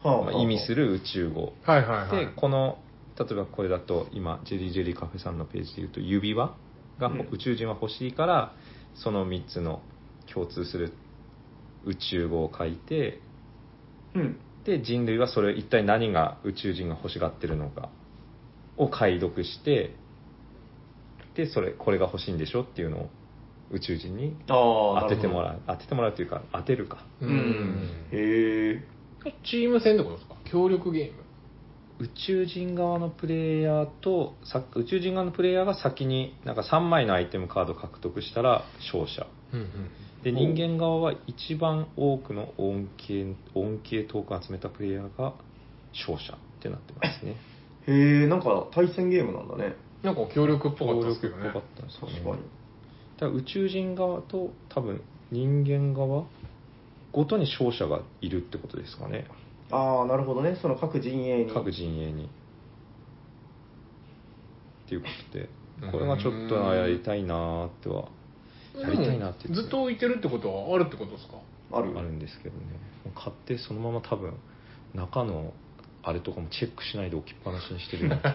[SPEAKER 2] は
[SPEAKER 1] まあ意味する宇宙語
[SPEAKER 3] はいはいはい
[SPEAKER 1] で。この例えばこれだと今ジェリージェリーカフェさんのページでいうと指輪が
[SPEAKER 2] うん
[SPEAKER 1] 宇宙人は欲しいから、その3つの共通する宇宙語を書いて
[SPEAKER 2] うん。
[SPEAKER 1] で人類はそれ一体何が宇宙人が欲しがってるのかを解読してでそれこれが欲しいんでしょっていうのを宇宙人に
[SPEAKER 2] ああ、
[SPEAKER 1] 当てても
[SPEAKER 2] う。
[SPEAKER 1] らう当ててもらうというか当てるか
[SPEAKER 2] うん。へえ。
[SPEAKER 3] チーム戦ってことですか協力ゲーム。
[SPEAKER 1] 宇宙人側のプレイヤーとさ宇宙人側のプレイヤーが先になんか3枚のアイテムカードを獲得したら勝者
[SPEAKER 3] うんうん。
[SPEAKER 1] で人間側は一番多くの恩恵恩恵トークを集めたプレイヤーが勝者ってなってます
[SPEAKER 3] (laughs)
[SPEAKER 1] ね
[SPEAKER 2] へえ、なんか対戦ゲームなんだね。
[SPEAKER 3] なんか協力っぽかったですけど
[SPEAKER 1] 協
[SPEAKER 3] ね
[SPEAKER 1] 力っぽか。ったんです
[SPEAKER 2] 確
[SPEAKER 1] よね
[SPEAKER 2] かに。
[SPEAKER 1] だから宇宙人側と多分人間側ごとに勝者がいるってことですかね
[SPEAKER 2] ああ、なるほどね。その各陣営に。
[SPEAKER 1] 各陣営にっていうことで
[SPEAKER 3] うん
[SPEAKER 1] これがちょっとやりたいなーってはやりたいなって
[SPEAKER 3] でもずっと置いてるってことはあるってことですか
[SPEAKER 1] (laughs)
[SPEAKER 2] あ
[SPEAKER 1] あ
[SPEAKER 2] る
[SPEAKER 1] る。んですけどねもう買ってそのまま多分中のあれとかもチェックしないで置きっぱなしにしてるような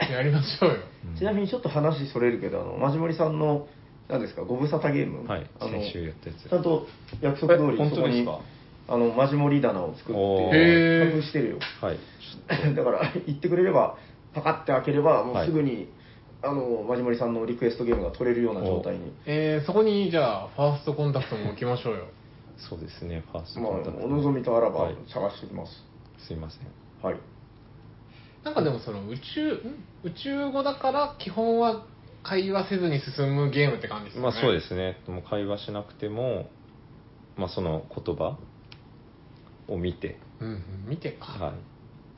[SPEAKER 1] 気が
[SPEAKER 3] やりましょうよ。
[SPEAKER 1] する
[SPEAKER 2] (laughs) ちなみにちょっと話それるけど、あの、まじもりさんの、何ですか、ご無沙汰ゲーム。
[SPEAKER 1] はい
[SPEAKER 2] あの、
[SPEAKER 1] 先週
[SPEAKER 2] ち
[SPEAKER 1] やったやつ
[SPEAKER 2] ゃんと約束通り、
[SPEAKER 1] え本当ですか
[SPEAKER 2] そこにあの、まじもり棚を作って、
[SPEAKER 1] おー
[SPEAKER 3] へー
[SPEAKER 2] 工夫してるよ。 (laughs)
[SPEAKER 1] はい
[SPEAKER 2] だから、言ってくれれば、パカって開ければ、も
[SPEAKER 1] は
[SPEAKER 2] う
[SPEAKER 1] い
[SPEAKER 2] すぐに、あの、まじもりさんのリクエストゲームが取れるような状態に。
[SPEAKER 3] えー、そこに、じゃあ、ファーストコンタクトも置きましょうよ。
[SPEAKER 1] そうですねファースト
[SPEAKER 2] まあ、
[SPEAKER 1] コンタクト
[SPEAKER 2] お望みとあらば
[SPEAKER 1] はい、
[SPEAKER 2] 探してきます。
[SPEAKER 1] すいません
[SPEAKER 2] はい。
[SPEAKER 3] なんかでもその宇宙、ん宇宙語だから基本は会話せずに進むゲームって感じですよね。。
[SPEAKER 1] まあそうですすね。もう会話しなくても、まあその言葉を見て、
[SPEAKER 3] うんうん、見てか。
[SPEAKER 1] は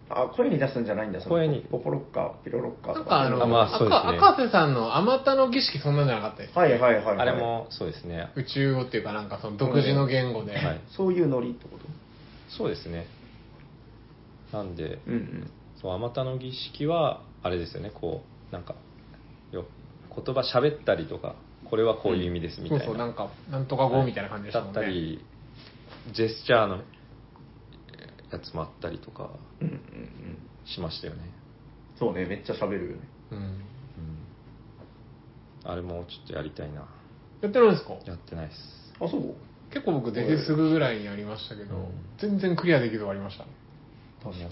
[SPEAKER 2] あ、声に出すんじゃないんだ、その
[SPEAKER 1] 声に
[SPEAKER 2] ポポロッカ、ピロロッカ
[SPEAKER 3] な
[SPEAKER 2] と
[SPEAKER 3] んか
[SPEAKER 2] か。
[SPEAKER 3] あの、
[SPEAKER 1] あまあそうですね。
[SPEAKER 3] 赤赤瀬さんのあまたの儀式そんなんじゃなかったです。
[SPEAKER 2] はいはいはいはいい。
[SPEAKER 1] あれ。もそうですね。
[SPEAKER 3] 宇宙語っていうかなんかその独自の言語で。
[SPEAKER 1] はい。
[SPEAKER 2] そういうノリってこと
[SPEAKER 1] そうですね。なんで、
[SPEAKER 2] うんうん。
[SPEAKER 1] そう、あまたの儀式は、あれですよね、こう、なんか、よ言葉喋ったりとか、これはこういう意味ですみたい
[SPEAKER 3] そ
[SPEAKER 1] うな。
[SPEAKER 3] そう、なんか、なんとか語みたいな感じでしたもんね。
[SPEAKER 1] だったり、ジェスチャーのやつもあったりとか
[SPEAKER 2] うんうんうん。
[SPEAKER 1] しましたよね。
[SPEAKER 2] そうね、めっちゃ喋るよね。
[SPEAKER 3] うん。
[SPEAKER 1] うん、あれもちょっとやりたいな。
[SPEAKER 3] やってるんですか
[SPEAKER 1] やってないです。
[SPEAKER 2] あ、そう
[SPEAKER 3] 結構僕出てすぐぐらいにやりましたけど、全然クリアできるとこありましたね。
[SPEAKER 2] 確かに。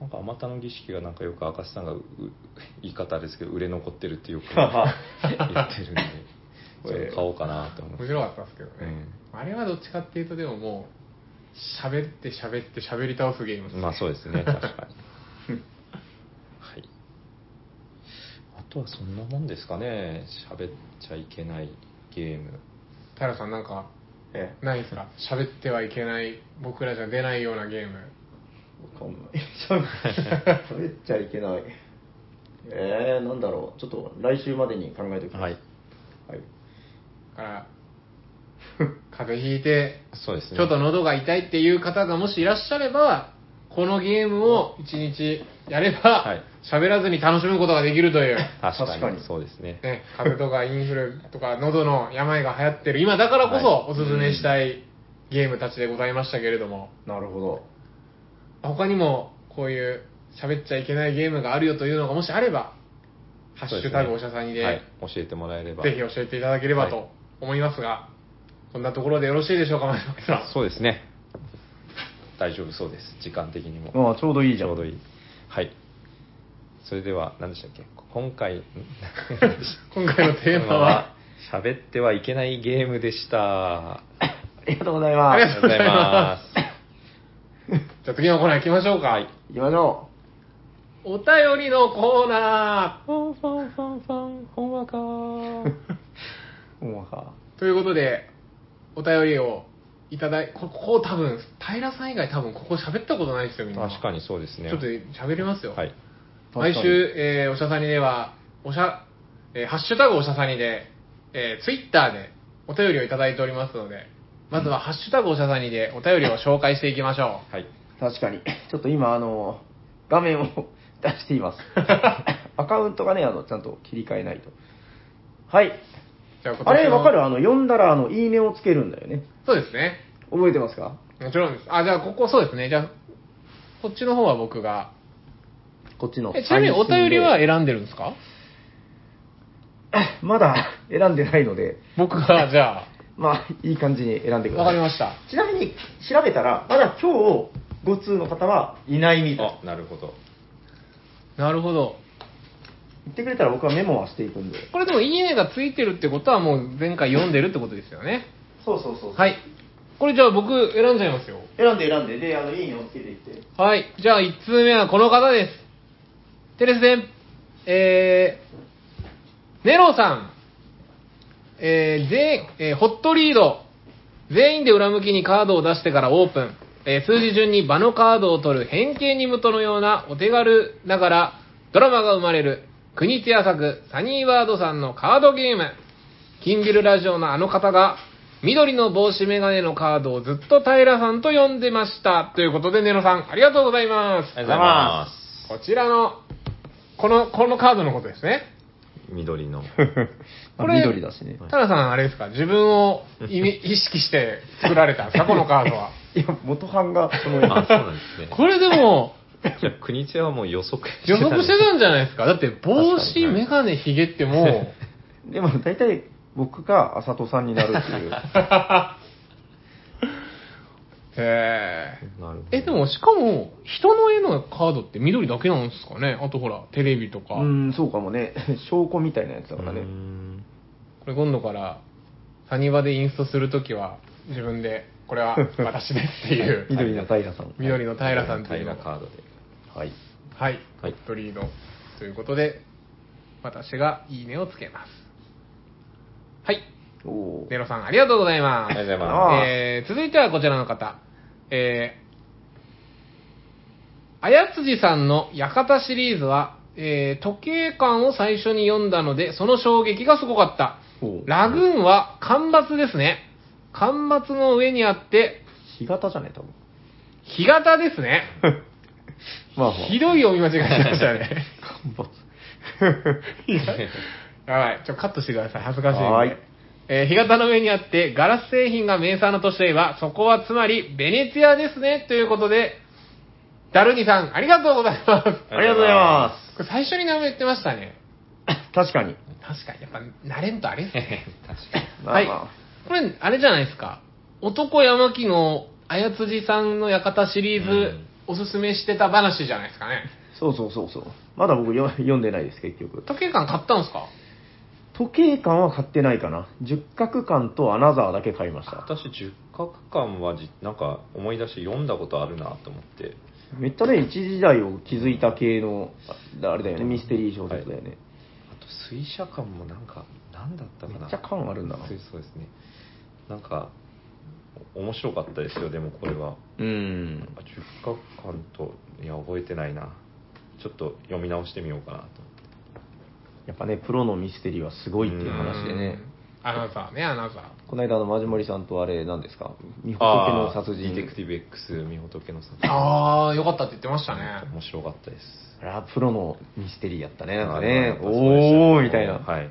[SPEAKER 1] なんか、あまたの儀式がなんかよく赤瀬さんがうう言い方ですけど、売れ残ってるってよく
[SPEAKER 3] (laughs)
[SPEAKER 1] 言ってるんで、それ買おうかなと思って
[SPEAKER 3] 面。白かったですけどね、
[SPEAKER 1] う
[SPEAKER 3] あれはどっちかっていうとでももう喋って喋って喋り倒すゲームですね
[SPEAKER 1] まあそうです
[SPEAKER 3] (laughs)
[SPEAKER 1] ね、確かに。はい。あとはそんなもんですかね、喋っちゃいけないゲーム。
[SPEAKER 3] 平さんなんか
[SPEAKER 2] え
[SPEAKER 3] ないですか喋ってはいけない僕らじゃ出ないようなゲーム
[SPEAKER 2] わかん
[SPEAKER 1] (laughs)
[SPEAKER 2] ない。喋っちゃいけない。えー、なんだろう。ちょっと来週までに考えておきます。
[SPEAKER 1] はい。
[SPEAKER 2] はい。
[SPEAKER 3] だから (laughs) 風邪ひいて
[SPEAKER 1] そうですね。
[SPEAKER 3] ちょっと喉が痛いっていう方がもしいらっしゃればこのゲームを1日やれ
[SPEAKER 1] は
[SPEAKER 3] ば
[SPEAKER 1] い
[SPEAKER 3] 喋、らずに楽しむことができるという、
[SPEAKER 1] 確かに
[SPEAKER 2] 確かに
[SPEAKER 1] そうですね。
[SPEAKER 3] ね、風邪とかインフルとか喉の病が流行ってる今だからこそおすすめしたいゲームたちでございましたけれども、
[SPEAKER 2] なるほど。
[SPEAKER 3] 他にもこういう喋っちゃいけないゲームがあるよというのがもしあれば、ハッシュタグおしゃさにで、
[SPEAKER 1] はい、教えてもらえれば。
[SPEAKER 3] ぜひ教えていただければと思いますが、こんなところでよろしいでしょうか、丸山さ (laughs) ん。
[SPEAKER 1] そうですね。大丈夫そうです。時間的にも。
[SPEAKER 2] ああ、ちょうどいい
[SPEAKER 1] ち
[SPEAKER 2] じゃん。
[SPEAKER 1] ょうどいい。はい。それでは、何でしたっけ今回、ん
[SPEAKER 3] 今回のテーマ (laughs) は、
[SPEAKER 1] (laughs) 喋ってはいけないゲームでした。あ
[SPEAKER 2] ありがとうございま
[SPEAKER 3] あ
[SPEAKER 1] りが
[SPEAKER 2] す。
[SPEAKER 3] り
[SPEAKER 1] とうございます。
[SPEAKER 3] じゃあ次のコーナー行きましょうか。
[SPEAKER 2] 行きましょ
[SPEAKER 3] お便りのコーナー
[SPEAKER 1] ファンファンファン、ほんわか (laughs)
[SPEAKER 2] う。ほんまか。
[SPEAKER 3] ということで、お便りをいただい、こここ多分、平さん以外多分ここ喋ったことないですよ、みんな。
[SPEAKER 1] 確かにそうですね。
[SPEAKER 3] ちょっと喋りますよ。
[SPEAKER 1] はい。
[SPEAKER 2] 確
[SPEAKER 3] 毎
[SPEAKER 2] かに
[SPEAKER 3] 週、えーおしゃさにでは、おしゃ、えーハッシュタグおしゃさにで、えー、ツイッターでお便りをいただいておりますので、まずはハッシュタグおしゃさにでお便りを紹介していきましょう。
[SPEAKER 1] はい。
[SPEAKER 2] 確かに。ちょっと今、あの、画面を (laughs) 出してい
[SPEAKER 3] (laughs)
[SPEAKER 2] ます。アカウントがね、あの、ちゃんと切り替えないと。はい。
[SPEAKER 3] じゃあ今
[SPEAKER 2] あ
[SPEAKER 3] 年
[SPEAKER 2] れ、
[SPEAKER 3] の
[SPEAKER 2] わかるあの、読んだら、あの、いいねをつけるんだよね。
[SPEAKER 3] そうですね。
[SPEAKER 2] 覚えてますか
[SPEAKER 3] もちろんです。あ、じゃあここそうですね。じゃあ、こっちの方は僕が。
[SPEAKER 2] こっちの。
[SPEAKER 3] えちなみにお便りは選んでるんですか
[SPEAKER 2] あ (laughs) まだ選んでないので、
[SPEAKER 3] 僕が、じゃ
[SPEAKER 2] まあ、いい感じに選んでく
[SPEAKER 3] あ、
[SPEAKER 2] ださ
[SPEAKER 3] わか
[SPEAKER 2] い。
[SPEAKER 3] りました。
[SPEAKER 2] ちなみに、調べたら、まだ今日、5通の方はいないみたい。
[SPEAKER 1] あ、なるほど。
[SPEAKER 3] なるほど。
[SPEAKER 2] 言ってくれたら僕はメモはしていくんで。
[SPEAKER 3] これでもいいねがついてるってことはもう前回読んでるってことですよね。
[SPEAKER 2] そうそうそう。
[SPEAKER 3] はい。これじゃあ僕選んじゃいますよ。
[SPEAKER 2] 選んで選んで、で、あの、いいねをつけてい
[SPEAKER 3] (laughs)
[SPEAKER 2] って。
[SPEAKER 3] はい。じゃあ、1通目はこの方です。テレスでえー、ネロさん、えー、全、えーホットリード、全員で裏向きにカードを出してからオープン、えー数字順に場のカードを取る変形に無とのようなお手軽ながらドラマが生まれる、国津屋作、サニーワードさんのカードゲーム。キンビルラジオのあの方が、緑の帽子メガネのカードをずっと平さんと呼んでました。ということで、ネロさん、ありがとうございます。
[SPEAKER 1] ありがとうございま
[SPEAKER 3] こちらの、この、このカードのことですね。
[SPEAKER 1] す。緑の。
[SPEAKER 3] これ
[SPEAKER 2] 緑だしね。
[SPEAKER 3] タラさん、あれですか、自分を意 (laughs) 味意識して作られたんですか、このカードは。
[SPEAKER 2] いや、元版がその、
[SPEAKER 1] あ、そうなんですね。
[SPEAKER 3] (laughs) これでも、
[SPEAKER 1] じゃあ、国津屋はもう予測して
[SPEAKER 3] 予測して
[SPEAKER 1] ん
[SPEAKER 3] たんじゃないですか。だって、
[SPEAKER 1] 確
[SPEAKER 3] 帽
[SPEAKER 1] か
[SPEAKER 3] 子、
[SPEAKER 1] に
[SPEAKER 3] メガネ、ヒゲっても
[SPEAKER 2] でも大体僕が浅戸さんになるって
[SPEAKER 3] (laughs)
[SPEAKER 2] いう。
[SPEAKER 3] う、 (laughs) へえ。
[SPEAKER 1] なるほど。
[SPEAKER 3] え、でも、しかも、人の絵のカードって緑だけなんですかね。あとほら、テレビとか。
[SPEAKER 2] うん、そうかもね。証拠みたいなやつだ
[SPEAKER 1] う
[SPEAKER 2] か
[SPEAKER 1] ー
[SPEAKER 2] らね。
[SPEAKER 1] ん、
[SPEAKER 3] これ今度から、サニバでインストするときは、自分で、これは私ですっていう。
[SPEAKER 2] (laughs) 緑の平さん。
[SPEAKER 3] (laughs) 緑の平さんっていうの
[SPEAKER 1] 平カードで。はい。
[SPEAKER 3] はい、
[SPEAKER 1] はい
[SPEAKER 3] ホットリードということで、私がいいねをつけます。はい。
[SPEAKER 2] おー
[SPEAKER 3] ネロさん、ありがとうございます。
[SPEAKER 1] ありがとうござい (laughs)
[SPEAKER 2] ます
[SPEAKER 3] えー続いてはこちらの方。えー、あやつじさんの館シリーズは、えー時計館を最初に読んだので、その衝撃がすごかった。
[SPEAKER 2] おー
[SPEAKER 3] ラグーンは干ばつですね。干ばつの上にあって、
[SPEAKER 2] 干潟じゃねえ、多分。
[SPEAKER 3] 干潟で
[SPEAKER 1] (laughs)
[SPEAKER 3] すね。
[SPEAKER 2] まあ、まあ、
[SPEAKER 3] ひどい読み間違えしましたね。
[SPEAKER 2] 干ば
[SPEAKER 3] いややばい、ちょ、カットしてください。恥ずかしいんで。
[SPEAKER 2] はーい
[SPEAKER 3] えー、干潟の上にあって、ガラス製品が名産の都市といえば、そこはつまり、ベネツィアですね、ということで、ダルニさん、ありがとうございます。
[SPEAKER 2] ありがとうございま
[SPEAKER 3] これ最初に名前言ってましたね。
[SPEAKER 2] す。確かに。
[SPEAKER 3] 確かに、やっぱ、慣れんとあれですね。
[SPEAKER 1] 確かに。
[SPEAKER 2] まあ
[SPEAKER 3] はい
[SPEAKER 2] ま
[SPEAKER 3] これ、あれじゃないですか。男山木の、あやつじさんの館シリーズ、
[SPEAKER 1] うん
[SPEAKER 3] おすすめしてた話じゃないですかね。
[SPEAKER 2] あそうそうそうそう。まだ僕よ読んでないです、結局。
[SPEAKER 3] 時計館買ったんですか
[SPEAKER 2] 時計館は買ってないかな。十角館とアナザーだけ買いました。
[SPEAKER 1] 私、十角館はじ、なんか思い出して読んだことあるなと思って。
[SPEAKER 2] めっちゃね、一時代を築いた系の、ああれだよね、ミステリー小説だよね。
[SPEAKER 1] あと、水車館もなんか、なんだったかな。
[SPEAKER 2] めっちゃ感あるんだな
[SPEAKER 1] そうそうですね。なんか、お面白かったですよ、でもこれは。
[SPEAKER 2] うーん。
[SPEAKER 1] あ十角館と、いや、覚えてないな。ちょっと読み直してみようかなと思って。
[SPEAKER 2] やっぱね、プロのミステリーはすごいっていう話でね。
[SPEAKER 3] うん。アナザーね、アナザー。
[SPEAKER 2] この間のマジモリさんとあれ、なんですか見仏
[SPEAKER 1] あ
[SPEAKER 2] の
[SPEAKER 1] ー
[SPEAKER 2] 殺人。
[SPEAKER 1] ディテクティブ X、みほとけの殺人。
[SPEAKER 3] ああ、よかったって言ってましたね。
[SPEAKER 1] 面白かったです。
[SPEAKER 2] あら、プロのミステリーやったね、なんか
[SPEAKER 1] あやっ。
[SPEAKER 2] ね
[SPEAKER 1] ぱそうでしたね
[SPEAKER 2] おーみたいな。
[SPEAKER 1] はい。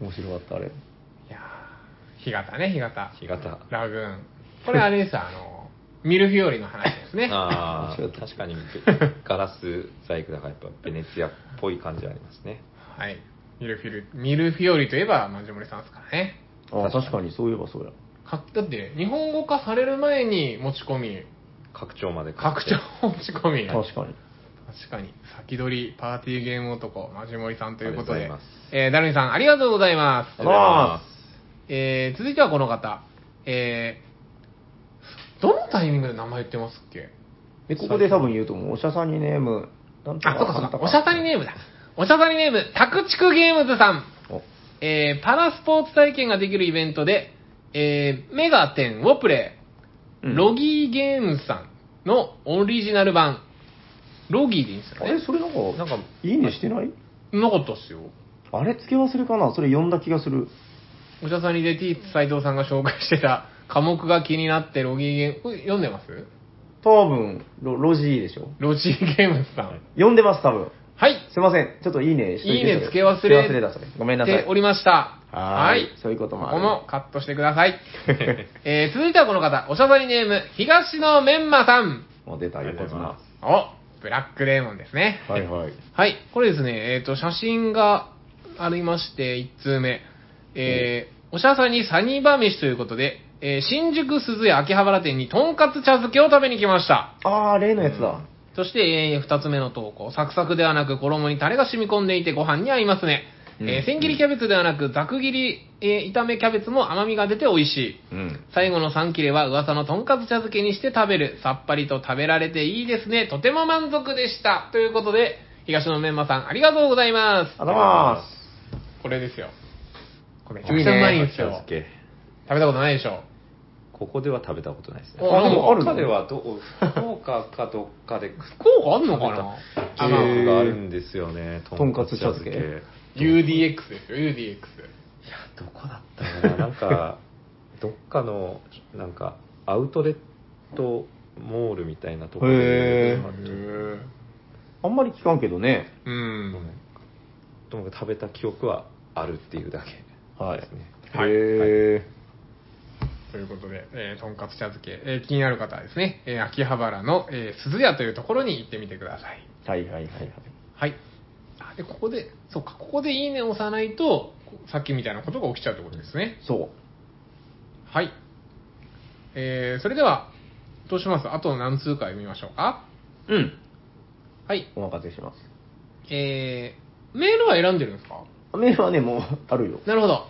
[SPEAKER 2] 面白かった、あれ。
[SPEAKER 3] いやー干潟ね、干潟。
[SPEAKER 1] 干潟。
[SPEAKER 3] ラグーン。これあれですよ、あの、ミルフィオリの話です
[SPEAKER 2] (laughs)
[SPEAKER 3] ね。
[SPEAKER 1] あ
[SPEAKER 2] 面白
[SPEAKER 1] あ、
[SPEAKER 2] かった
[SPEAKER 1] 確かにガラス細工だからやっぱベネツィアっぽい感じありますね。
[SPEAKER 3] はい。ミルフィル、ミルフィオリといえば、マジモリさんですからね。
[SPEAKER 2] ああ、確かに、そういえばそうや。
[SPEAKER 3] かだって、日本語化される前に持ち込み、
[SPEAKER 1] 拡張まで買って
[SPEAKER 3] 拡張を持ち込み。
[SPEAKER 2] 確かに。
[SPEAKER 3] 確かに。先取り、パーティーゲーム男、マジモリさんということ
[SPEAKER 1] あり
[SPEAKER 3] で
[SPEAKER 1] がとうござい。
[SPEAKER 3] えー、ダルニさん、ありがとうございます。
[SPEAKER 2] ありがとうございま
[SPEAKER 3] えー、続いてはこの方。えー、どのタイミングで名前言ってますっけ
[SPEAKER 2] で、ここで多分言うと思う。おしゃさんにネーム、なん
[SPEAKER 3] あ、そうかそうか。おしゃさ
[SPEAKER 2] さ
[SPEAKER 3] りネームだ。おしゃさりネーム、タクチクゲームズさん。
[SPEAKER 2] お
[SPEAKER 3] えー、パラスポーツ体験ができるイベントで、えー、メガテンをプレイ、
[SPEAKER 2] うん
[SPEAKER 3] ロギーゲームズさんのオリジナル版。ロギーでいいんです
[SPEAKER 2] あ
[SPEAKER 3] よ
[SPEAKER 2] れ
[SPEAKER 3] ね。
[SPEAKER 2] それなんか、
[SPEAKER 1] なんか
[SPEAKER 2] いいねしてない
[SPEAKER 3] なかったっすよ。
[SPEAKER 2] あれ付け忘れかなそれ読んだ気がする。
[SPEAKER 3] おしゃさりで T 斎藤さんが紹介してた科目が気になってロギーゲーム、これ読んでます
[SPEAKER 2] 多分、ロロジーでしょ
[SPEAKER 3] ロジーゲームズさん。
[SPEAKER 2] 読んでます、多分。
[SPEAKER 3] はい
[SPEAKER 2] すいません。ちょっといいねしと
[SPEAKER 3] いい
[SPEAKER 2] て
[SPEAKER 3] ねつけ忘れ
[SPEAKER 2] つけ忘れだ、それ。ごめんなさ
[SPEAKER 3] で
[SPEAKER 2] い。
[SPEAKER 3] おりました。
[SPEAKER 2] はーいそういうこともある
[SPEAKER 3] こもカットしてください。
[SPEAKER 2] (laughs)
[SPEAKER 3] えー、続いてはこの方、おしゃべりネーム、東野メンマさん。
[SPEAKER 2] もう出た、横綱。
[SPEAKER 1] は
[SPEAKER 2] は
[SPEAKER 3] お、ブラックレーモンですね。
[SPEAKER 2] いはい。
[SPEAKER 3] はい、これですね、えっ、と、写真がありまして、1通目。えー、おしゃさんにサニーバー飯ということで、えー新宿鈴屋秋葉原店にとんかつ茶漬けを食べに来ました。
[SPEAKER 2] あー、例のやつだ。
[SPEAKER 3] そして、えー二つ目の投稿。サクサクではなく、衣にタレが染み込んでいてご飯に合いますね。
[SPEAKER 2] うん
[SPEAKER 3] えー千切りキャベツではなく、ざく切り、えー炒めキャベツも甘みが出て美味しい。
[SPEAKER 2] うん。
[SPEAKER 3] 最後の3切れは噂のとんかつ茶漬けにして食べる。さっぱりと食べられていいですね。とても満足でした。ということで、東野メンマさん、ありがとうございます。
[SPEAKER 2] あざま
[SPEAKER 3] これですよ。これめち
[SPEAKER 2] い
[SPEAKER 3] ゃく
[SPEAKER 2] い
[SPEAKER 3] ちゃう
[SPEAKER 2] ね
[SPEAKER 3] まいん
[SPEAKER 1] い。
[SPEAKER 3] ですよ。食べ
[SPEAKER 1] け。
[SPEAKER 3] たことないでしょ。
[SPEAKER 1] ここでは食べたことないですね。
[SPEAKER 3] あでも
[SPEAKER 2] あるの
[SPEAKER 1] 他ではどう、福岡かどっかで
[SPEAKER 3] 効果あんのかな
[SPEAKER 1] 記
[SPEAKER 3] あまあ
[SPEAKER 1] 憶があるんですよね。
[SPEAKER 2] とんかつ茶漬け
[SPEAKER 1] とんか
[SPEAKER 3] UDX ですよ、UDX。
[SPEAKER 1] どこだったかななんか、どっかの、なんか、アウトレットモールみたいなところ
[SPEAKER 2] へ
[SPEAKER 1] で
[SPEAKER 2] ー、
[SPEAKER 3] へ
[SPEAKER 2] す。あんまり聞かんけどね。
[SPEAKER 3] ーうん。
[SPEAKER 1] ともかく食べた記憶はあるっていうだけ。
[SPEAKER 2] はい
[SPEAKER 1] ですね。
[SPEAKER 3] はい
[SPEAKER 2] へ
[SPEAKER 3] ということで、えーとんかつ茶漬け、えー気になる方はですね、えー秋葉原の、えー鈴屋というところに行ってみてください。
[SPEAKER 2] ーはいはいはいはい。
[SPEAKER 3] はい。あで、ここで、そうか、ここでいいねを押さないと、こさっきみたいなことが起きちゃうってことですね。
[SPEAKER 2] そう。
[SPEAKER 3] はい。えー、それでは、どうしますあと何通か読みましょうか
[SPEAKER 2] うん。
[SPEAKER 3] はい。
[SPEAKER 2] お任せします。
[SPEAKER 3] えー、メールは選んでるんですか
[SPEAKER 2] メールはね、もうあるよ。
[SPEAKER 3] なるほど。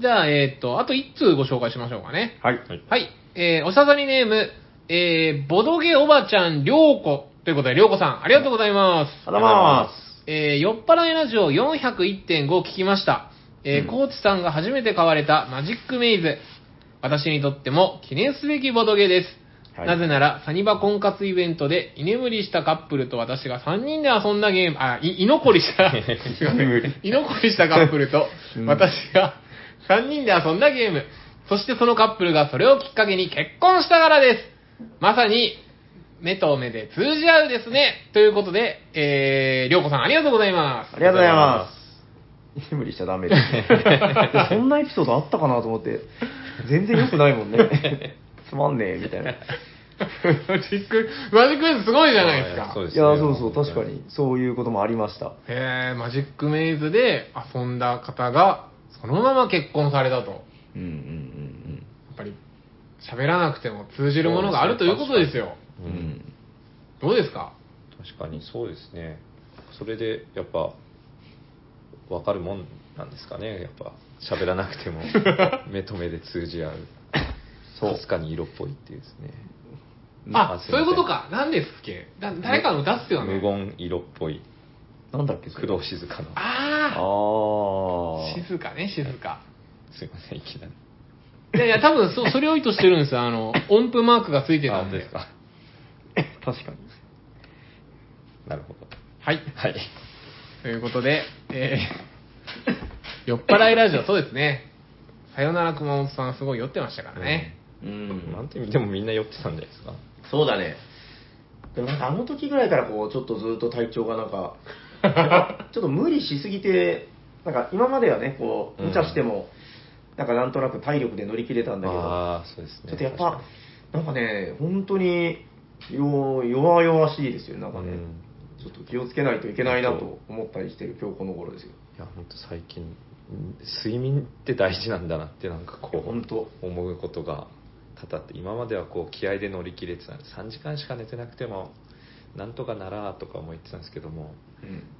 [SPEAKER 3] じゃあ、えーっと、あと1通ご紹介しましょうかね。
[SPEAKER 2] はい。
[SPEAKER 3] はい。えー、おしゃさりネーム、えー、ボドゲおばちゃんりょうこ。ということで、りょうこさん、ありがとうございます。
[SPEAKER 2] あざまーす。
[SPEAKER 3] えー酔っ払いラジオ401.5を聞きました。えー、コーチさんが初めて買われたマジックメイズ。私にとっても記念すべきボドゲです。
[SPEAKER 1] はい
[SPEAKER 3] なぜなら、サニバ婚活イベントで居眠りしたカップルと私が3人で遊んだゲーム、あ、い居残りした、居残りしたカップルと
[SPEAKER 2] うん
[SPEAKER 3] 私が3人で遊んだゲーム。そしてそのカップルがそれをきっかけに結婚したからです。まさに、目と目で通じ合うですね。ということで、えー、りょうこさんありがとうございます。
[SPEAKER 2] ありがとうございます。居眠りしちゃダメです。そんなエピソードあったかなと思って、全然良くないもんね。つまんねえ、みたいな。い
[SPEAKER 3] マジック、マジックメイズすごいじゃないです
[SPEAKER 1] あ
[SPEAKER 3] か
[SPEAKER 1] ー。そう
[SPEAKER 2] や、
[SPEAKER 1] ですね
[SPEAKER 2] そうそう、確かに、そういうこともありました。
[SPEAKER 3] えー、マジックメイズで遊んだ方が、そのまま結婚されたと。や
[SPEAKER 2] うんうんうん
[SPEAKER 3] っぱり、喋らなくても通じるものがあるということですよ。
[SPEAKER 1] う
[SPEAKER 2] うんん。
[SPEAKER 3] どうですか
[SPEAKER 1] 確かにそうですねそれでやっぱ分かるもんなんですかねやっぱ喋らなく
[SPEAKER 2] (laughs)
[SPEAKER 1] ても目と目で通じ合う
[SPEAKER 2] そう
[SPEAKER 1] 確かに色っぽいっていうですね
[SPEAKER 3] あ、
[SPEAKER 1] す
[SPEAKER 3] そ
[SPEAKER 1] ません
[SPEAKER 3] ういうことか。何ですっけだ誰かの歌っすよね。
[SPEAKER 1] 無言色っぽい
[SPEAKER 2] なんだっけ、それ
[SPEAKER 1] 工藤静香の
[SPEAKER 2] あ
[SPEAKER 3] ああ。静かね、静か。
[SPEAKER 1] すいませんいきなり
[SPEAKER 3] いやいや、多分そ、それを意図してるんですよ。あの、音符マークがついてた
[SPEAKER 1] あ
[SPEAKER 3] ん
[SPEAKER 1] で
[SPEAKER 3] で。
[SPEAKER 1] すか
[SPEAKER 2] あ。確かに。
[SPEAKER 1] なるほど
[SPEAKER 3] はい。
[SPEAKER 1] はい
[SPEAKER 3] ということで、えー、 (laughs) 酔っ払いラジオ、そうですね。さよなら熊本さん、すごい酔ってましたからね。
[SPEAKER 2] う
[SPEAKER 1] なんてでもみんな酔ってたんじゃないですか
[SPEAKER 2] そうだね。でもなんかあの時ぐらいからこう、ちょっとずっと体調がなん (laughs) か、ちょっと無理しすぎて、なんか今まではね、こう、無茶しても、なんかなんとなく体力で乗り切れたんだけど、
[SPEAKER 1] ああそうですね
[SPEAKER 2] ちょっとやっぱ、なんかね、本当によ弱々しいですよ、なんかね、
[SPEAKER 1] うん
[SPEAKER 2] ちょっと気をつけないといけないなと思ったりしてる今日この頃ですよ。
[SPEAKER 1] いや本当最近ん睡眠って大事なんだなってなんかこう
[SPEAKER 2] 本当
[SPEAKER 1] 思うことが多々あって今まではこう気合で乗り切れてたんで3時間しか寝てなくてもなんとかならとかも言ってたんですけども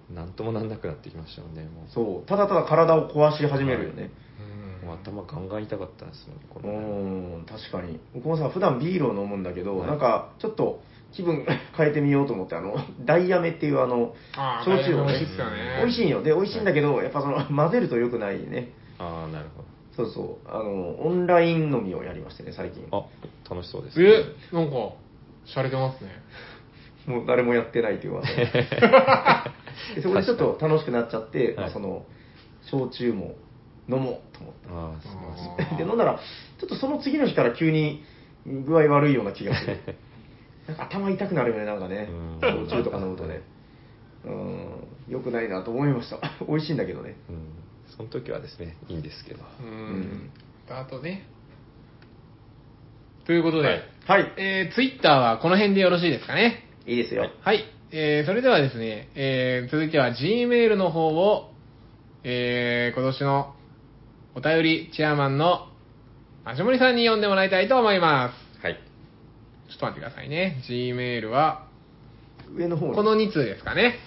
[SPEAKER 2] うん、
[SPEAKER 1] なんともなんなくなってきましたよねもう
[SPEAKER 2] そう、ただただ体を壊し始めるよね。
[SPEAKER 3] うん
[SPEAKER 1] もう頭ガンガン痛かったんですもんねこ
[SPEAKER 2] う
[SPEAKER 1] の前
[SPEAKER 2] ん、確かに。僕もさ、普段ビールを飲むんだけど、
[SPEAKER 1] はい
[SPEAKER 2] なんかちょっと気分 (laughs) 変えてみようと思って、あの、ダイヤメっていうあの、
[SPEAKER 3] あー
[SPEAKER 2] 焼酎を
[SPEAKER 3] 美
[SPEAKER 2] ね
[SPEAKER 3] 味しいっすよね。
[SPEAKER 2] 美味しいんよ。で、美味しいんだけど、やっぱその、混ぜると良くないね。
[SPEAKER 1] ああなるほ
[SPEAKER 2] そうそう、あの、オンライン飲みをやりましてね、最近。
[SPEAKER 1] どあ楽しそうですね
[SPEAKER 3] え、なんか、洒落てますね。
[SPEAKER 2] もう誰もやってないという技でそこでちょっと楽しくなっちゃって、まあ
[SPEAKER 1] はい
[SPEAKER 2] その焼酎も飲もうと思っ
[SPEAKER 1] ああすごい
[SPEAKER 3] あ
[SPEAKER 2] て
[SPEAKER 3] ー
[SPEAKER 2] で飲んだらちょっとその次の日から急に具合悪いような気がす
[SPEAKER 3] (laughs)
[SPEAKER 2] るなんか頭痛くなるよねなんかね
[SPEAKER 1] うん
[SPEAKER 2] 焼酎とか飲むとねうん良くないなと思いました (laughs) 美味しいんだけどね
[SPEAKER 1] うんその時はですねいいんですけど
[SPEAKER 3] うん。あとね。ということで、
[SPEAKER 2] はい
[SPEAKER 3] えー、ツイッターはこの辺でよろしいですかね。
[SPEAKER 2] いいですよ
[SPEAKER 3] はい。えー、それではですね、えー、続いては Gmail の方を、えー、今年のお便りチェアマンの足森さんに読んでもらいたいと思いま
[SPEAKER 1] はい
[SPEAKER 3] す。ちょっと待ってくださいね。Gmail は、
[SPEAKER 2] 上の方に
[SPEAKER 3] この2通ですかね。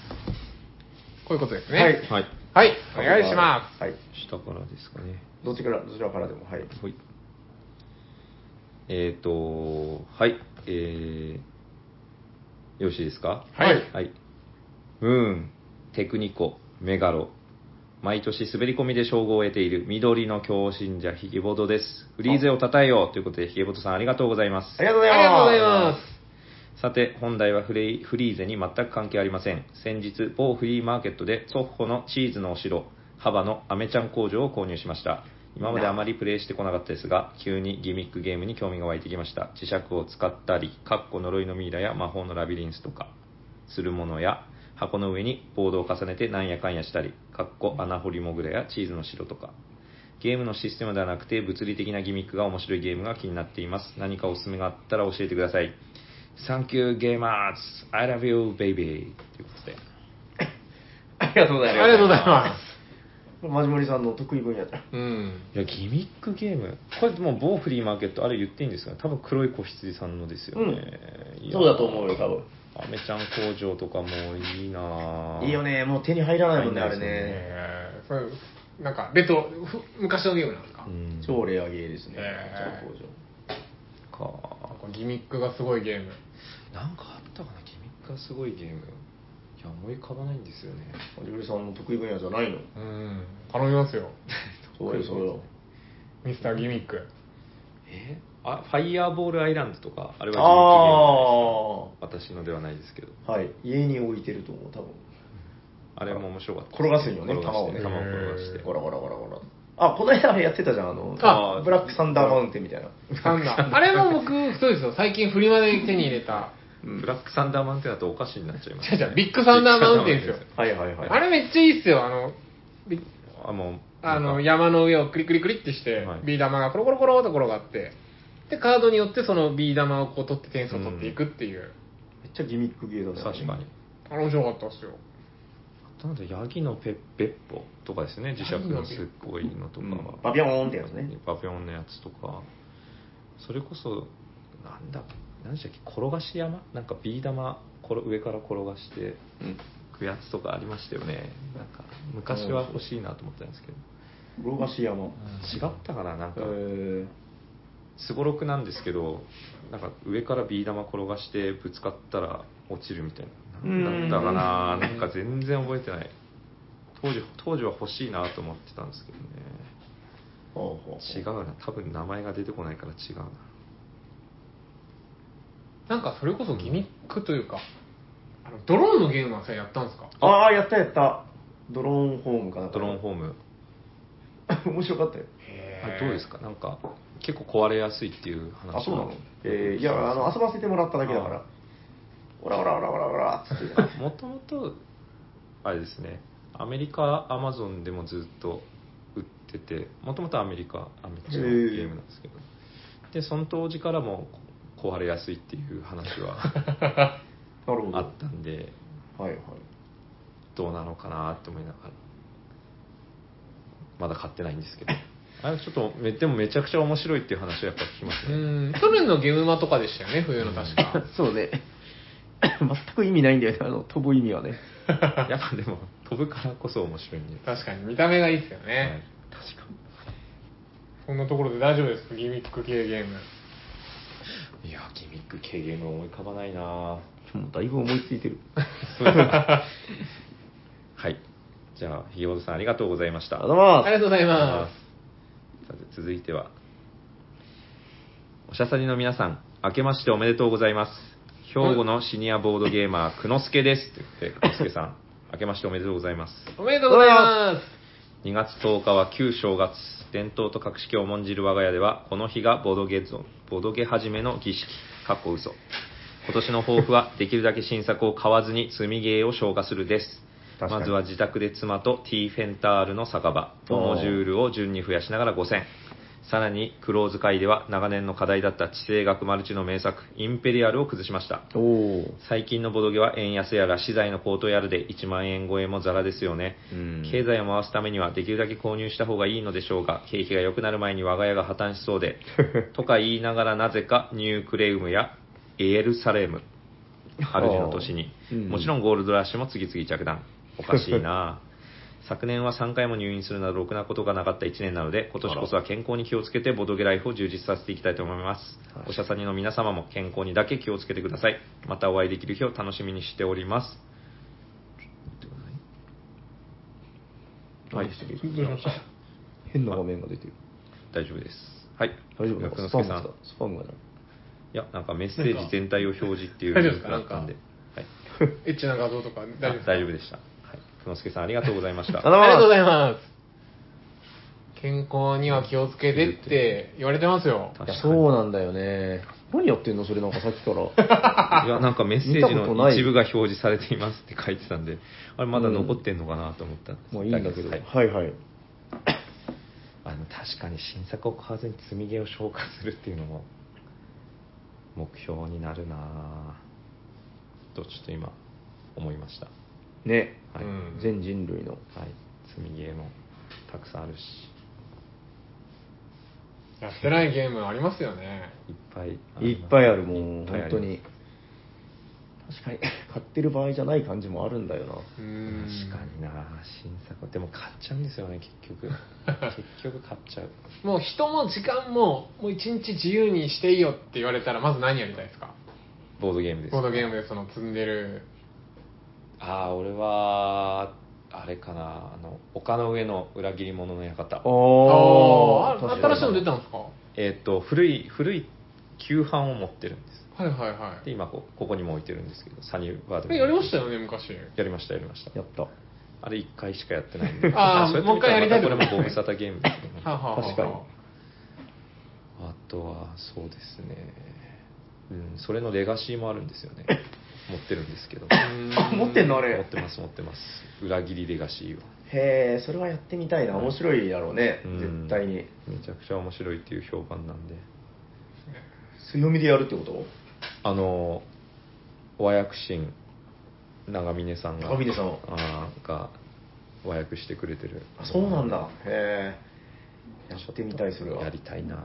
[SPEAKER 3] こういうことですね。
[SPEAKER 2] はい
[SPEAKER 1] はい
[SPEAKER 3] はい。お願いします
[SPEAKER 2] はい
[SPEAKER 1] 下からですかね
[SPEAKER 2] どちらどちらからでもはい
[SPEAKER 1] はい。えっ、と、はい。えー、よろしいですか
[SPEAKER 3] はい
[SPEAKER 1] はい。ムーン、テクニコ、メガロ。毎年滑り込みで称号を得ている緑の強信者ヒゲボドです。フリーゼをたたえようということでヒゲボドさんありがとうございます。
[SPEAKER 2] ありがとうござい
[SPEAKER 3] あ
[SPEAKER 2] ます
[SPEAKER 3] りがとうございます。
[SPEAKER 1] さて、本題はフレイフリーゼに全く関係ありません。先日、某フリーマーケットで、ソッホのチーズのお城、幅のアメちゃん工場を購入しました。今まであまりプレイしてこなかったですが、急にギミックゲームに興味が湧いてきました。磁石を使ったり、かっこ呪いのミイラや魔法のラビリンスとか、するものや、箱の上にボードを重ねてなんやかんやしたり、かっこ穴掘りモグラやチーズの城とか、ゲームのシステムではなくて物理的なギミックが面白いゲームが気になっています。何かおすすめがあったら教えてください。Thank you, gamers. I love you, baby. ということで。
[SPEAKER 2] ありがとうござ
[SPEAKER 3] あ
[SPEAKER 2] い
[SPEAKER 3] り
[SPEAKER 2] ます
[SPEAKER 3] がとうございま
[SPEAKER 2] マジモリさんの得意分野じゃん
[SPEAKER 3] す。うん。
[SPEAKER 1] いや、ギミックゲーム。これもう、某フリーマーケット、あれ言っていいんですかね。多分黒い子羊さんのですよね。
[SPEAKER 2] うん
[SPEAKER 1] いや
[SPEAKER 2] そうだと思うよ多分。
[SPEAKER 1] アメちゃん工場とかもいいなぁ
[SPEAKER 2] いいよ。ね、もう手に入らないもんね、あ
[SPEAKER 1] 入
[SPEAKER 2] れ
[SPEAKER 1] んないですよ
[SPEAKER 2] ね。
[SPEAKER 3] えー、それなんか、レトロ、ふ昔のゲームなんですか、
[SPEAKER 1] うん。
[SPEAKER 2] 超レアゲーですね。
[SPEAKER 3] へー
[SPEAKER 2] 超工場
[SPEAKER 1] か。
[SPEAKER 3] なんかギミックがすごいゲーム。
[SPEAKER 1] なんかあったかな、ギミックがすごいゲーム。いや、思い浮かばないんですよね。
[SPEAKER 2] ジブリさんの得意分野じゃないの
[SPEAKER 3] うん頼みますよ
[SPEAKER 2] そうよそうよ
[SPEAKER 3] ミスターギミック
[SPEAKER 1] えあ、ファイヤーボールアイランドとか、あれは人気ゲー
[SPEAKER 2] あ
[SPEAKER 1] ムです私のではないですけど。
[SPEAKER 2] あはい家に置いてると思う多分
[SPEAKER 1] あれも面白かった。
[SPEAKER 2] 転がすんよね
[SPEAKER 1] 転がして
[SPEAKER 2] 球
[SPEAKER 1] 球
[SPEAKER 2] を
[SPEAKER 1] を
[SPEAKER 2] ね
[SPEAKER 1] 転がして。
[SPEAKER 2] ゴラゴラゴラゴラあこの間あれやってたじゃんあの
[SPEAKER 3] あ
[SPEAKER 2] ブラックサンダーマウンテンみたいな
[SPEAKER 3] なんだあれも僕そうですよ最近フリマで手に入れた
[SPEAKER 1] ブラックサンダーマウンテンだとお菓子になっちゃいます、
[SPEAKER 3] 違う違うビッグサンダーマウンテンですよ
[SPEAKER 1] ビッグサ
[SPEAKER 2] はいはいはい
[SPEAKER 3] あれめっちゃいいっすよあのび
[SPEAKER 1] ンダーマウンテンですよあ、もう。
[SPEAKER 3] あの
[SPEAKER 1] や、
[SPEAKER 3] 山の上をクリクリクリってして、
[SPEAKER 1] はい
[SPEAKER 3] ビー玉がコロコロコロと転がってでカードによってそのビー玉をこう取って点数を取っていくっていう、
[SPEAKER 2] めっちゃギミックゲーだね
[SPEAKER 1] 確かに。
[SPEAKER 3] あれ面白かったっすよ
[SPEAKER 1] あとなんだ、ヤギのペッペッポとかですね、磁石のすっごいのと
[SPEAKER 2] う
[SPEAKER 1] か
[SPEAKER 2] ん
[SPEAKER 1] は。
[SPEAKER 2] バビョーンってやつね
[SPEAKER 1] パピョンのやつとかそれこそなんだ何でしたっけ転がし山なんかビー玉これ上から転がしてくやつとかありましたよねなんか昔は欲しいなと思ったんですけど
[SPEAKER 2] うん転がし山
[SPEAKER 1] 違ったかななんか
[SPEAKER 2] え
[SPEAKER 1] すごろくなんですけどなんか上からビー玉転がしてぶつかったら落ちるみたいななんだったかな
[SPEAKER 3] うん
[SPEAKER 1] なんか全然覚えてない当時当時は欲しいなと思ってたんですけどね
[SPEAKER 2] ほうほう
[SPEAKER 1] 違うな多分名前が出てこないから違うな
[SPEAKER 3] なんかそれこそギミックというか、あのドローンのゲームはさやったんですか
[SPEAKER 2] ああやったやったドローンホームかな
[SPEAKER 1] ドローンホーム
[SPEAKER 2] ーム (laughs) 面白かったよ
[SPEAKER 1] あれどうですかなんか結構壊れやすいっていう話
[SPEAKER 2] あそうなのえーいやあの遊ばせてもらっただけだからオラオラオラオラオラっつ (laughs) って
[SPEAKER 1] もともとあれですねアメリカアマゾンでもずっと売っててもともとアメリカアメリカのゲームなんですけどでその当時からも壊れやすいっていう話は
[SPEAKER 2] なるほど
[SPEAKER 1] あったんで
[SPEAKER 2] はいはい
[SPEAKER 1] どうなのかなって思いながらまだ買ってないんですけどあれちょっとめでもめちゃくちゃ面白いっていう話はやっぱ聞きます
[SPEAKER 3] う
[SPEAKER 1] ね
[SPEAKER 3] ん去年のゲームマとかでしたよね冬の確か
[SPEAKER 2] そうね (coughs) 全く意味ないんだよねあの飛ぶ意味はね
[SPEAKER 1] やっぱでも飛ぶからこそ面白いんで
[SPEAKER 3] 確かに見た目がいいっすよね、
[SPEAKER 1] はい
[SPEAKER 2] 確か
[SPEAKER 3] そんなところで大丈夫ですギミック系ゲーム
[SPEAKER 1] いやギミック系ゲーム思い浮かばないな
[SPEAKER 2] にもうだいぶ思いついてる
[SPEAKER 1] (laughs) はいじゃあひよさんありがとうございました
[SPEAKER 2] ありがとうございま
[SPEAKER 3] あ
[SPEAKER 2] す
[SPEAKER 3] り
[SPEAKER 1] さ
[SPEAKER 3] がとうございます
[SPEAKER 1] て続いてはおしゃさりの皆さん明けましておめでとうございます兵庫のシニアボードゲーマーくのすけですということでくのすけさん明けましておめでとうございます
[SPEAKER 3] おめでとうございます
[SPEAKER 1] 2月10日は旧正月伝統と格式を重んじる我が家ではこの日がボドゲぞボドゲ始めの儀式かっこ嘘今年の抱負
[SPEAKER 2] (laughs)
[SPEAKER 1] はできるだけ新作を買わずに積みゲーを消化するです
[SPEAKER 2] 確かに
[SPEAKER 1] まずは自宅で妻とティーフェンタールの酒場のモジュールを順に増やしながら5000さらにクローズ会では長年の課題だった地政学マルチの名作インペリアルを崩しました
[SPEAKER 2] おお
[SPEAKER 1] 最近のボドゲは円安やら資材の高騰やらで1万円超えもザラですよね、
[SPEAKER 2] うん
[SPEAKER 1] 経済を回すためにはできるだけ購入した方がいいのでしょうが景気が良くなる前に我が家が破綻しそう
[SPEAKER 2] (laughs)
[SPEAKER 1] でとか言いながらなぜかニュークレウムやエルサレム主の年に、
[SPEAKER 2] あーうん
[SPEAKER 1] もちろんゴールドラッシュも次々着弾おかしい
[SPEAKER 2] (laughs)
[SPEAKER 1] な昨年は3回も入院するなどろくなことがなかった1年なので今年こそは健康に気をつけてボドゲライフを充実させていきたいと思います
[SPEAKER 2] はい
[SPEAKER 1] おしゃさにの皆様も健康にだけ気をつけてくださいまたお会いできる日を楽しみにしております
[SPEAKER 2] はい変な画面が出てる
[SPEAKER 1] 大丈夫ですはい
[SPEAKER 2] 大丈夫なん
[SPEAKER 1] 楽
[SPEAKER 2] か
[SPEAKER 1] 之
[SPEAKER 2] スパ
[SPEAKER 1] 助
[SPEAKER 2] ム
[SPEAKER 1] さん
[SPEAKER 2] だスパムがない
[SPEAKER 1] いやなんかメッセージ全体を表示っていう
[SPEAKER 3] 大丈夫ですか
[SPEAKER 1] だったんではい
[SPEAKER 3] エッチな画像とか大丈夫ですか
[SPEAKER 1] 大丈夫でしたはい久之助さんありがとうございました
[SPEAKER 2] あ
[SPEAKER 3] ありがとうございます。健康には気をつけてって言われてますよ。
[SPEAKER 1] 確か
[SPEAKER 2] い
[SPEAKER 1] に
[SPEAKER 2] やそうなんだよね何やってんのそれなんかさっき (laughs) から
[SPEAKER 1] いや、なんかメッセージ
[SPEAKER 2] 見たこと
[SPEAKER 1] の
[SPEAKER 2] ない
[SPEAKER 1] 一部が表示されていますって書いてたんで、あれまだ残ってんのかなと思ったんです、
[SPEAKER 2] もういいんだけど
[SPEAKER 1] は
[SPEAKER 2] はいはい
[SPEAKER 1] あの確かに新作を買わずに積み毛を消化するっていうのも、目標になるなぁと、ちょっと今、思いました。
[SPEAKER 2] ね
[SPEAKER 1] はい。
[SPEAKER 3] うん
[SPEAKER 2] 全人類の
[SPEAKER 1] はい。積み毛もたくさんあるし、
[SPEAKER 3] やってないゲームありますよね。
[SPEAKER 1] いっぱいあり
[SPEAKER 2] い
[SPEAKER 1] ます
[SPEAKER 2] っぱいあるも
[SPEAKER 1] いっ
[SPEAKER 2] う
[SPEAKER 1] ぱいあ
[SPEAKER 2] 本
[SPEAKER 1] ります
[SPEAKER 2] 当に確かに (laughs) 買ってる場合じゃない感じもあるんだよな
[SPEAKER 3] うーん
[SPEAKER 1] 確かになぁ新作。でも買っちゃうんですよね、結局。結局買っちゃう。
[SPEAKER 3] もう人も時間も、もう一日自由にしていいよって言われたら、まず何やりたいですか
[SPEAKER 1] ボードゲームです。
[SPEAKER 3] ボードゲームでその積んでる。
[SPEAKER 1] ああ、俺は、あれかな、あの、丘の上の裏切り者の館。
[SPEAKER 3] あ
[SPEAKER 2] ー
[SPEAKER 3] あ
[SPEAKER 2] 確
[SPEAKER 3] ー、
[SPEAKER 2] かに
[SPEAKER 3] 新しいの出たんですかは
[SPEAKER 1] えっ、と、古い、古い旧版を持ってるんです。
[SPEAKER 3] いはいは
[SPEAKER 1] で、
[SPEAKER 3] い。
[SPEAKER 1] 今こ、ここにも置いてるんですけど、サニーバード。
[SPEAKER 3] これやりましたよね、昔。
[SPEAKER 1] やりました、やりました。
[SPEAKER 2] やった。
[SPEAKER 1] あれ1回しかやってないんで。
[SPEAKER 3] あー
[SPEAKER 1] そうって見たら
[SPEAKER 3] もう一回やりたい
[SPEAKER 1] またこれも
[SPEAKER 3] と
[SPEAKER 1] ご
[SPEAKER 3] 思い
[SPEAKER 1] 無
[SPEAKER 3] ます
[SPEAKER 1] 沙汰ゲームですね。
[SPEAKER 3] はあ、はあはあ、
[SPEAKER 2] 確かに
[SPEAKER 1] あとは、そうですね。うん、それのレガシーもあるんですよね。持ってるんですけど。
[SPEAKER 3] うー
[SPEAKER 2] 持ってんのあれ
[SPEAKER 1] 持ってます、持ってます。裏切りレガシーを。
[SPEAKER 2] へえ、それはやってみたいな。面白いだろうね。
[SPEAKER 1] うん
[SPEAKER 2] 絶対に。
[SPEAKER 1] めちゃくちゃ面白いっていう評判なんで。
[SPEAKER 2] 強みでやるってこと
[SPEAKER 1] あの、和訳神、長峰さんが。
[SPEAKER 2] 長峰さん
[SPEAKER 1] あーが和訳してくれてる。
[SPEAKER 2] あそうなんだ。へえ。やってみたい、それは。
[SPEAKER 1] やりたいなと。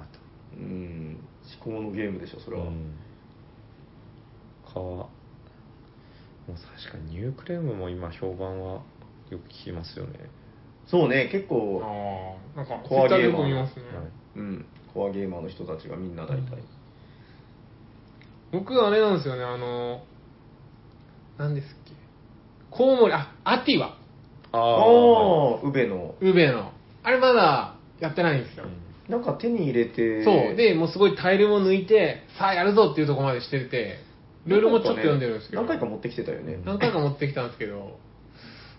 [SPEAKER 2] うん。思考のゲームでしょ、それは。
[SPEAKER 1] うん、かもう確かにニュークレームも今評判はよく聞きますよね、
[SPEAKER 2] そうね、結構、
[SPEAKER 3] ああ、なんか、ツイ
[SPEAKER 2] コア
[SPEAKER 3] ッター
[SPEAKER 2] ゲー
[SPEAKER 3] で
[SPEAKER 2] マー
[SPEAKER 3] よく見ますね。
[SPEAKER 1] はい
[SPEAKER 2] うん。コアゲーマーの人たちがみんな大体。
[SPEAKER 3] 僕、あれなんですよね、あの、何ですっけ。コウモリ、あ、アティワ。
[SPEAKER 1] あー
[SPEAKER 2] ああー、宇部の。
[SPEAKER 3] ウベの。あれまだやってないんですよ。
[SPEAKER 2] なんか手に入れて。
[SPEAKER 3] そう。で、もうすごいタイルも抜いて、さあやるぞっていうところまでしてて、ルールもちょっと読んでるんですけど。
[SPEAKER 2] 何回か持ってきてたよね。
[SPEAKER 3] 何回か持ってきたんですけど、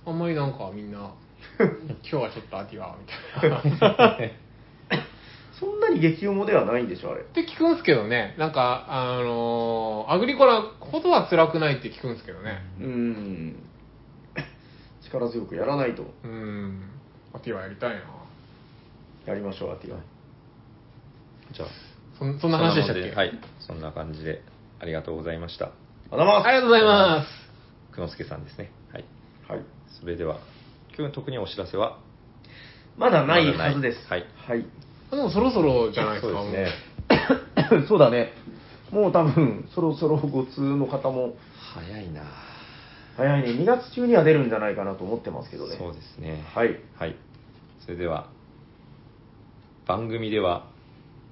[SPEAKER 3] あんまりなんかみ
[SPEAKER 2] (laughs)
[SPEAKER 3] んな、今日はちょっとアティワみたいな。っ
[SPEAKER 2] そんなに激重ではないんでしょ、あれ。
[SPEAKER 3] て聞くんですけどね、なんか、あのーアグリコラほどは辛くないって聞くんですけどね。
[SPEAKER 2] うん。力強くやらないと。
[SPEAKER 3] うん、アティワやりたいな。
[SPEAKER 2] やりましょう、アティは。
[SPEAKER 1] じゃあ
[SPEAKER 3] そんそんな話でしたっ
[SPEAKER 1] そんなもん
[SPEAKER 3] け
[SPEAKER 1] はいそんな感じでありがとうございました
[SPEAKER 2] あざま
[SPEAKER 3] ありがとうございま
[SPEAKER 1] 久之助さんですねはい
[SPEAKER 2] す。はい。
[SPEAKER 1] それでは今日特にお知らせは
[SPEAKER 2] まだない
[SPEAKER 1] まだない
[SPEAKER 2] はずです。
[SPEAKER 1] はい
[SPEAKER 2] はい。 (coughs)
[SPEAKER 3] す。もうそろそろじゃないですか、
[SPEAKER 1] そうですね
[SPEAKER 2] そうだね。もう多分、そろそろご通の方も、
[SPEAKER 1] 早いな
[SPEAKER 2] 早いね、2月中には出るんじゃないかなと思ってますけ
[SPEAKER 1] そ
[SPEAKER 2] どね。
[SPEAKER 1] うですね
[SPEAKER 2] はい。 (coughs)
[SPEAKER 1] はい。それでは、番組では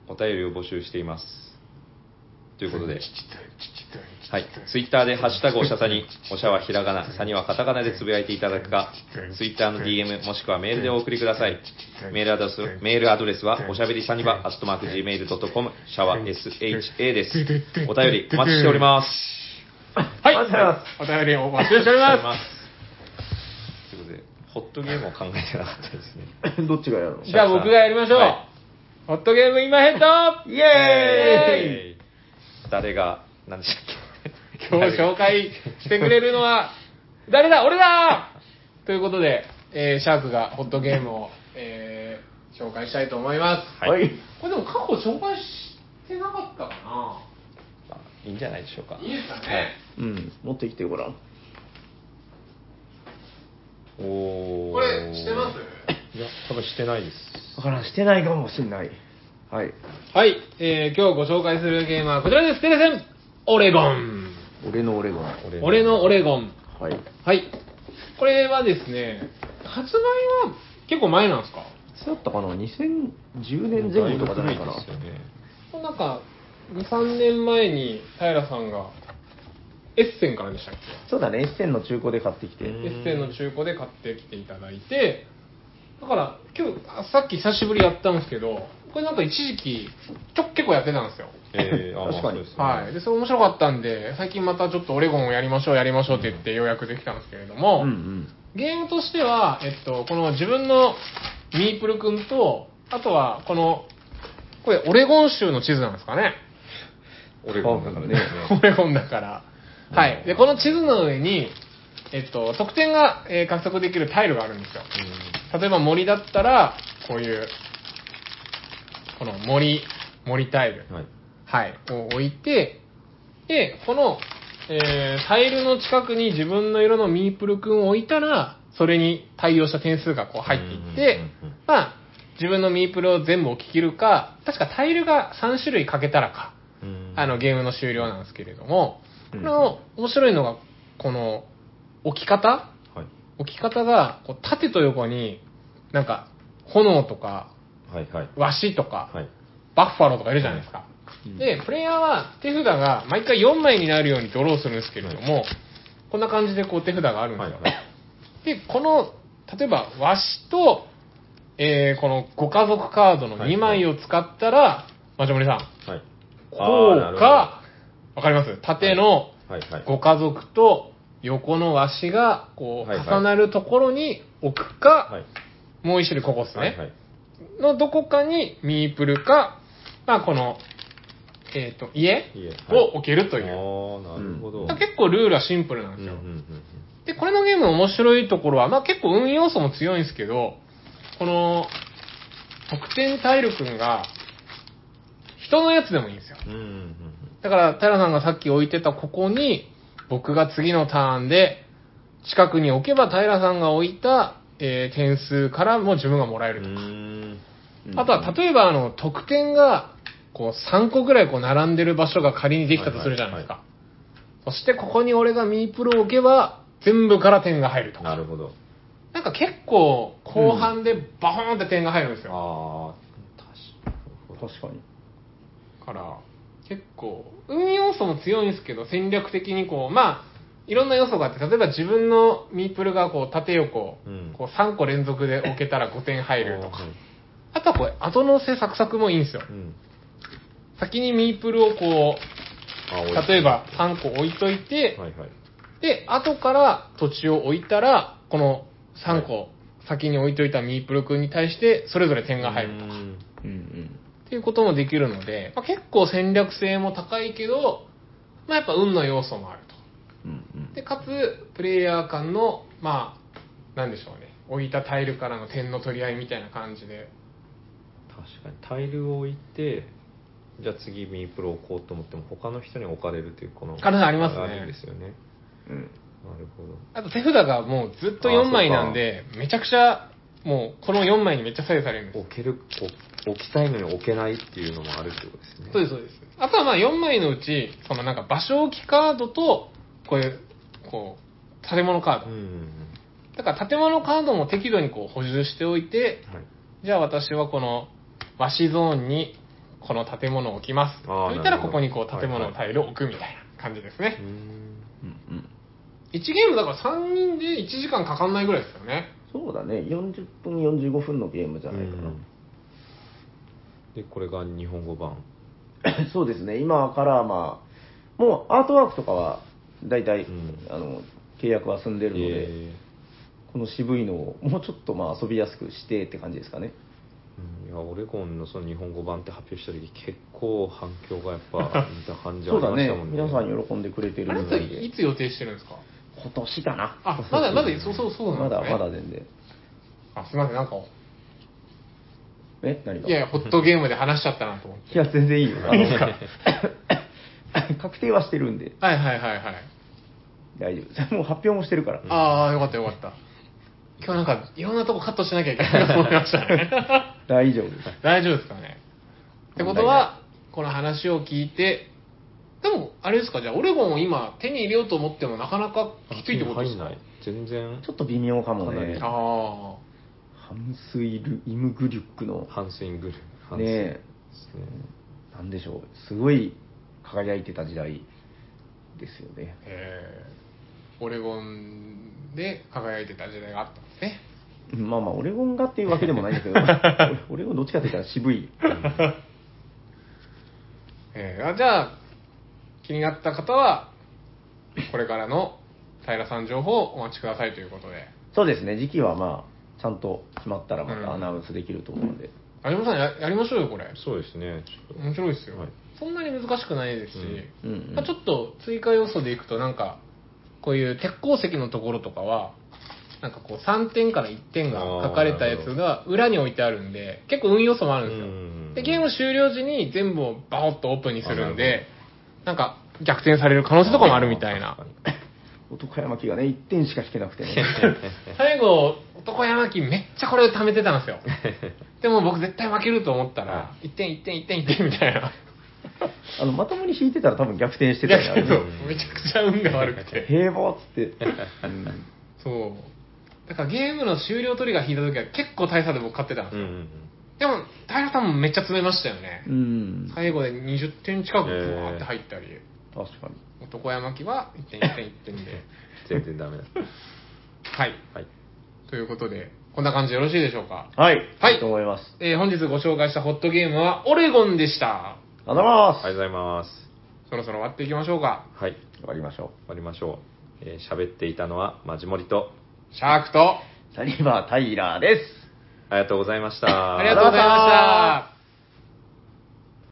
[SPEAKER 1] お便りを募集しています。ということで、はい。ツイッターでハッシュタグおしゃさに、おしゃはひらがな、さにはカタカナでつぶやいていただくか、ツイッターの DM もしくはメールでお送りください。メールアドレスメールアドレスは、おしゃべりさにば、アットマーク Gmail.com、シャワ SHA です。お便りお待ちしております。
[SPEAKER 3] はい。
[SPEAKER 2] ありがとうございます
[SPEAKER 3] お便りをお待ちしてお
[SPEAKER 1] (laughs)
[SPEAKER 3] りま
[SPEAKER 1] ということで、ホットゲームを考えてなかったですね。
[SPEAKER 2] どっちがやるの
[SPEAKER 3] す。じゃあ僕がやりましょう。
[SPEAKER 1] はい
[SPEAKER 3] ホットゲーム今ヘッド
[SPEAKER 2] イエーイ
[SPEAKER 1] えー誰が、何でしたっけ
[SPEAKER 3] 今日紹介してくれるのは、誰だ俺だということで、えーシャークがホットゲームを、えー紹介したいと思います。
[SPEAKER 1] はい
[SPEAKER 2] はい。
[SPEAKER 3] これでも過去紹介してなかったかな
[SPEAKER 1] まあいいんじゃないでしょうか。
[SPEAKER 3] いいですかね。
[SPEAKER 2] うん、持ってきてごらん。
[SPEAKER 1] おお。
[SPEAKER 3] これしてます
[SPEAKER 1] いや、多分してないです。
[SPEAKER 2] わからん、してないかもしんない。はい。
[SPEAKER 3] はい、えー今日ご紹介するゲームはこちらです。テレセンオレゴン。
[SPEAKER 2] 俺の俺が。
[SPEAKER 1] 俺
[SPEAKER 3] 俺のオレゴン。
[SPEAKER 2] はい。
[SPEAKER 3] はい。これはですね、発売は結構前なんですか
[SPEAKER 2] いつだったかな ?2010 年前後とかじゃないかな
[SPEAKER 1] だ。ぶ古ですよね
[SPEAKER 3] なんか、2、3年前に平さんが、エッセンからでしたっ
[SPEAKER 2] そうだね、エッセンの中古で買ってきて。
[SPEAKER 1] う
[SPEAKER 3] け
[SPEAKER 1] ん
[SPEAKER 3] エッセンの中古で買ってきていただいて、だから、今日、あさっき久しぶりやったんですけど、これなんか一時期、ちょ、結構やってたんですよ。
[SPEAKER 1] (laughs) えー、あまあ
[SPEAKER 2] 確かに
[SPEAKER 1] そうですね
[SPEAKER 3] はい。で、それ面白かったんで、最近またちょっとオレゴンをやりましょう、やりましょうって言って予約できたんですけれども、
[SPEAKER 2] うんうん。
[SPEAKER 3] ゲームとしては、えっと、この自分のミープル君と、あとは、この、これ、オレゴン州の地図なんですかね。
[SPEAKER 1] オレゴンだからです
[SPEAKER 3] オ
[SPEAKER 1] ね。
[SPEAKER 3] レゴンだから。はい。で、この地図の上に、えっと、得点が、えー獲得できるタイルがあるんですよ。例えば森だったら、こういう、この森、森タイル。
[SPEAKER 1] うんはい。
[SPEAKER 3] はい。を置いて、で、この、えータイルの近くに自分の色のミープルくんを置いたら、それに対応した点数がこう入っていって
[SPEAKER 1] うんうんうんうん、
[SPEAKER 3] まあ、自分のミープルを全部置き切るか、確かタイルが3種類かけたらか、
[SPEAKER 1] うん
[SPEAKER 3] あの、ゲームの終了なんですけれども、
[SPEAKER 2] う
[SPEAKER 3] こ
[SPEAKER 2] ん
[SPEAKER 3] の面白いのが、この置き方
[SPEAKER 1] はい。
[SPEAKER 3] 置き方が、こう縦と横に、なんか、炎とか、
[SPEAKER 1] はいはい。
[SPEAKER 3] ワシとか、
[SPEAKER 1] はい。
[SPEAKER 3] バッファローとかいるじゃないですか。
[SPEAKER 2] うん
[SPEAKER 3] で、プレイヤーは手札が毎回4枚になるようにドローするんですけれども、こんな感じでこう手札があるんですよ。
[SPEAKER 1] はいは
[SPEAKER 3] で、この、例えば和紙と、えーこのご家族カードの2枚を使ったら、マジョモリさん、
[SPEAKER 1] はい。
[SPEAKER 3] こう
[SPEAKER 1] あーなるほど
[SPEAKER 3] か、わかります縦の
[SPEAKER 1] はいはい。
[SPEAKER 3] ご家族と横の和紙がこう
[SPEAKER 1] はいはい
[SPEAKER 3] 重なるところに置くか、
[SPEAKER 1] はい。
[SPEAKER 3] もう一種類ここですね。
[SPEAKER 1] はいはい。
[SPEAKER 3] のどこかにミープルか、まあこの、えっ、と、家
[SPEAKER 1] 家
[SPEAKER 3] を置けるという。
[SPEAKER 1] ああ、なるほど。
[SPEAKER 3] 結構ルールはシンプルなん
[SPEAKER 1] う
[SPEAKER 3] で
[SPEAKER 1] ん
[SPEAKER 3] す
[SPEAKER 1] うんう
[SPEAKER 3] よ。
[SPEAKER 1] ん
[SPEAKER 3] で、これのゲームの面白いところは、まあ結構運要素も強いんですけど、この、得点体力が、人のやつでもいいんですよ。
[SPEAKER 1] うんうんうんうん
[SPEAKER 3] だから、平さんがさっき置いてたここに、僕が次のターンで、近くに置けば平さんが置いた、えー点数からも自分がもらえ
[SPEAKER 1] う
[SPEAKER 3] るとか。
[SPEAKER 1] ん。う
[SPEAKER 2] うん
[SPEAKER 3] あとは、例えば、あの、得点が、こう、3個ぐらいこう、並んでる場所が仮にできたとするじゃないですか。
[SPEAKER 1] は
[SPEAKER 3] そして、ここに俺がミープルを置けば、全部から点が入ると
[SPEAKER 1] ーん。
[SPEAKER 3] か。
[SPEAKER 1] なるほど。
[SPEAKER 3] なんか結構、後半でバーンって点が入るんですよ。
[SPEAKER 1] ああ、確かに。
[SPEAKER 2] 確かに。
[SPEAKER 3] だから、結構、運要素も強いんですけど、戦略的にこう、まあ、いろんな要素があって、例えば自分のミープルがこう、縦横、
[SPEAKER 1] うん
[SPEAKER 3] こう、3個連続で置けたら5点入るとか
[SPEAKER 1] あー。はい
[SPEAKER 3] あとはこれ、後乗せサクサクもいいんですよ。
[SPEAKER 1] うん。
[SPEAKER 3] 先にミープルをこう、
[SPEAKER 1] あー
[SPEAKER 3] 例えば、3個置いといて、
[SPEAKER 1] はいはい。
[SPEAKER 3] で、後から土地を置いたら、この3個先に置いといたミープル君に対して、それぞれ点が入るとか、
[SPEAKER 1] うん
[SPEAKER 2] うんうん。
[SPEAKER 3] っていうこともできるので、まあ、結構戦略性も高いけど、まあ、やっぱ運の要素もある
[SPEAKER 2] うんうん
[SPEAKER 3] と。で、かつ、プレイヤー間の、まあ、なんでしょうね、置いたタイルからの点の取り合いみたいな感じで、
[SPEAKER 1] 確かに。タイルを置いて、じゃあ次ミープルを置こうと思っても、他の人に置かれるという、この。
[SPEAKER 3] 可能性ありますね
[SPEAKER 1] あるんですよね。
[SPEAKER 2] うん
[SPEAKER 1] なるほど。
[SPEAKER 3] あと手札がもうずっと4枚なんで、めちゃくちゃ、もうこの4枚にめっちゃ左右されるんですよ
[SPEAKER 1] 置ける、お置きたいのに置けないっていうのもあるってことですね。
[SPEAKER 3] そうです、そうです。あとはまあ4枚のうち、そのなんか場所置きカードと、こういう、こう、建物カ
[SPEAKER 1] うん
[SPEAKER 3] ード。
[SPEAKER 1] うん
[SPEAKER 3] だから建物カードも適度にこう補充しておいて
[SPEAKER 1] う、ん。はい。
[SPEAKER 3] じゃあ私はこの和紙ゾーンにこの建物を置きます。
[SPEAKER 1] あー
[SPEAKER 3] といった
[SPEAKER 1] なる
[SPEAKER 3] ら
[SPEAKER 1] ほど
[SPEAKER 3] ここにこう建物
[SPEAKER 1] はいは
[SPEAKER 3] を
[SPEAKER 1] い
[SPEAKER 3] タイルを置くみたいな感じです
[SPEAKER 1] うー
[SPEAKER 3] ね。
[SPEAKER 1] ん。
[SPEAKER 2] うんうん。
[SPEAKER 3] 1ゲームだから3人で1時間かかんないぐらいですよね。
[SPEAKER 2] そうだね、40分、45分のゲームじゃないか
[SPEAKER 1] でこれが日本語版
[SPEAKER 2] な。 (coughs) そうですね、今からまあ、もうアートワークとかは、大体、
[SPEAKER 1] うん
[SPEAKER 2] あの、契約は済んでるので、
[SPEAKER 1] え
[SPEAKER 2] この渋いのをもうちょっとまあ遊びやすくしてって感じですかね。
[SPEAKER 1] ーうんいやオレゴンのその日本語版って発表した時結構反響がやっ
[SPEAKER 2] (laughs)
[SPEAKER 1] ぱ見た感じは
[SPEAKER 2] そ
[SPEAKER 1] あ
[SPEAKER 2] う
[SPEAKER 1] り
[SPEAKER 2] だ
[SPEAKER 1] ました
[SPEAKER 2] ね
[SPEAKER 1] もん、ね
[SPEAKER 2] 皆さん喜んでくれてる
[SPEAKER 3] あれっ
[SPEAKER 2] みたい
[SPEAKER 3] て
[SPEAKER 2] で
[SPEAKER 3] い、つ予定してるんですか
[SPEAKER 2] 今年かな。
[SPEAKER 3] あ、まだまだ、そうそうそうな
[SPEAKER 2] ま
[SPEAKER 3] んで
[SPEAKER 2] だ
[SPEAKER 3] すね。
[SPEAKER 2] まだ全然。
[SPEAKER 3] あ、すいません、なんか、
[SPEAKER 2] え、何が
[SPEAKER 3] いやいや、ホットゲームで話しちゃったなと思って。
[SPEAKER 2] いや全然いいよ。あの確定はしてるんで、
[SPEAKER 3] はいはいはいはい。
[SPEAKER 2] 大丈夫です。もう発表もしてるから。
[SPEAKER 3] ああ、よかったよかった。今日なんか、いろんなとこカットしなきゃいけないと思いましたね。
[SPEAKER 2] 大丈夫です。
[SPEAKER 3] 大丈夫ですかね。ってこと
[SPEAKER 2] 問題
[SPEAKER 3] は
[SPEAKER 2] な、
[SPEAKER 3] この話を聞いて、でも、あれですか、じゃあ、オレゴンを今、手に入れようと思っても、なかなかきついってことで
[SPEAKER 1] 入
[SPEAKER 3] す
[SPEAKER 1] ん
[SPEAKER 3] か
[SPEAKER 1] ない全然
[SPEAKER 2] ちょっと微妙かも
[SPEAKER 1] かなり
[SPEAKER 2] ね。
[SPEAKER 1] と
[SPEAKER 3] あ
[SPEAKER 2] ハムスイル・イムグリュックの、
[SPEAKER 1] ハンスイングルハンスイン
[SPEAKER 2] ね
[SPEAKER 1] ですね
[SPEAKER 2] え、なんでしょう、すごい輝いてた時代ですよね
[SPEAKER 3] あ。。えー、オレゴンで輝いてた時代があったんですね。
[SPEAKER 2] まあまあ、オレゴンがっていうわけでもないんだ
[SPEAKER 3] (laughs)
[SPEAKER 2] けど、オレゴンどっちかって言ったら渋い。
[SPEAKER 3] えー、あじゃあ、気になった方は、これからの平さん情報をお待ちくださいということで。
[SPEAKER 2] そうですね、時期はまあ、ちゃんと決まったらまたアナウンスできると思うので。
[SPEAKER 3] 有本さんや、やりましょうよ、これ。
[SPEAKER 1] そうですねちょっと
[SPEAKER 3] 面白いですよ、
[SPEAKER 1] はい
[SPEAKER 3] そんなに難しくないですし、
[SPEAKER 2] うんうん
[SPEAKER 3] まあ、ちょっと追加要素でいくとなんかこういう鉄鉱石のところとかはなんかこう3点から1点が書かれたやつが裏に置いてあるんで結構運要素もあるんですよ、
[SPEAKER 1] うん
[SPEAKER 3] でゲーム終了時に全部をバオッとオープンにするんでなんか逆転される可能性とかもあるみたいな
[SPEAKER 1] 確かに
[SPEAKER 2] 男山木がね、1点しか引けなくて
[SPEAKER 3] (laughs)
[SPEAKER 2] ね。
[SPEAKER 3] 最後男山木めっちゃこれ貯めてたんですよでも僕絶対負けると思ったら1点1点1点1点みたいな
[SPEAKER 2] あの、まともに引いてたら多分逆転してた
[SPEAKER 3] だ
[SPEAKER 2] よね
[SPEAKER 3] け
[SPEAKER 2] あ
[SPEAKER 3] ど
[SPEAKER 2] れね。
[SPEAKER 3] めちゃくちゃ運が悪くて
[SPEAKER 2] 平凡っつ (laughs) って。うん
[SPEAKER 3] そう。だからゲームの終了トリガー引いた時は結構大差で僕勝ってたんです
[SPEAKER 1] うん
[SPEAKER 3] よ。
[SPEAKER 1] うんうん
[SPEAKER 3] でも、平さんもめっちゃ詰めましたよね。
[SPEAKER 2] うん。
[SPEAKER 3] 最後で20点近くブワーって入ったり。
[SPEAKER 2] 確かに。
[SPEAKER 3] 男山木は1点、1点、1点で。
[SPEAKER 1] 全然ダ (laughs) メだ。
[SPEAKER 3] はい。
[SPEAKER 1] はい。
[SPEAKER 3] ということで、こんな感じでよろしいでしょうか。
[SPEAKER 2] はい。
[SPEAKER 3] はい
[SPEAKER 2] と思います。
[SPEAKER 3] えー本日ご紹介したホットゲームはオレゴンでした。
[SPEAKER 2] ありがとうございま
[SPEAKER 1] ありがとうございます。
[SPEAKER 3] そろそろ終わっていきましょうか。
[SPEAKER 1] はい。
[SPEAKER 2] す。終わりましょ
[SPEAKER 1] 終わりましょう。えー喋っていたのは、まじもりと、
[SPEAKER 3] シャークと、
[SPEAKER 2] う。サニバー・タイラーです。
[SPEAKER 1] ありがとうございました。
[SPEAKER 3] ありがとうございました。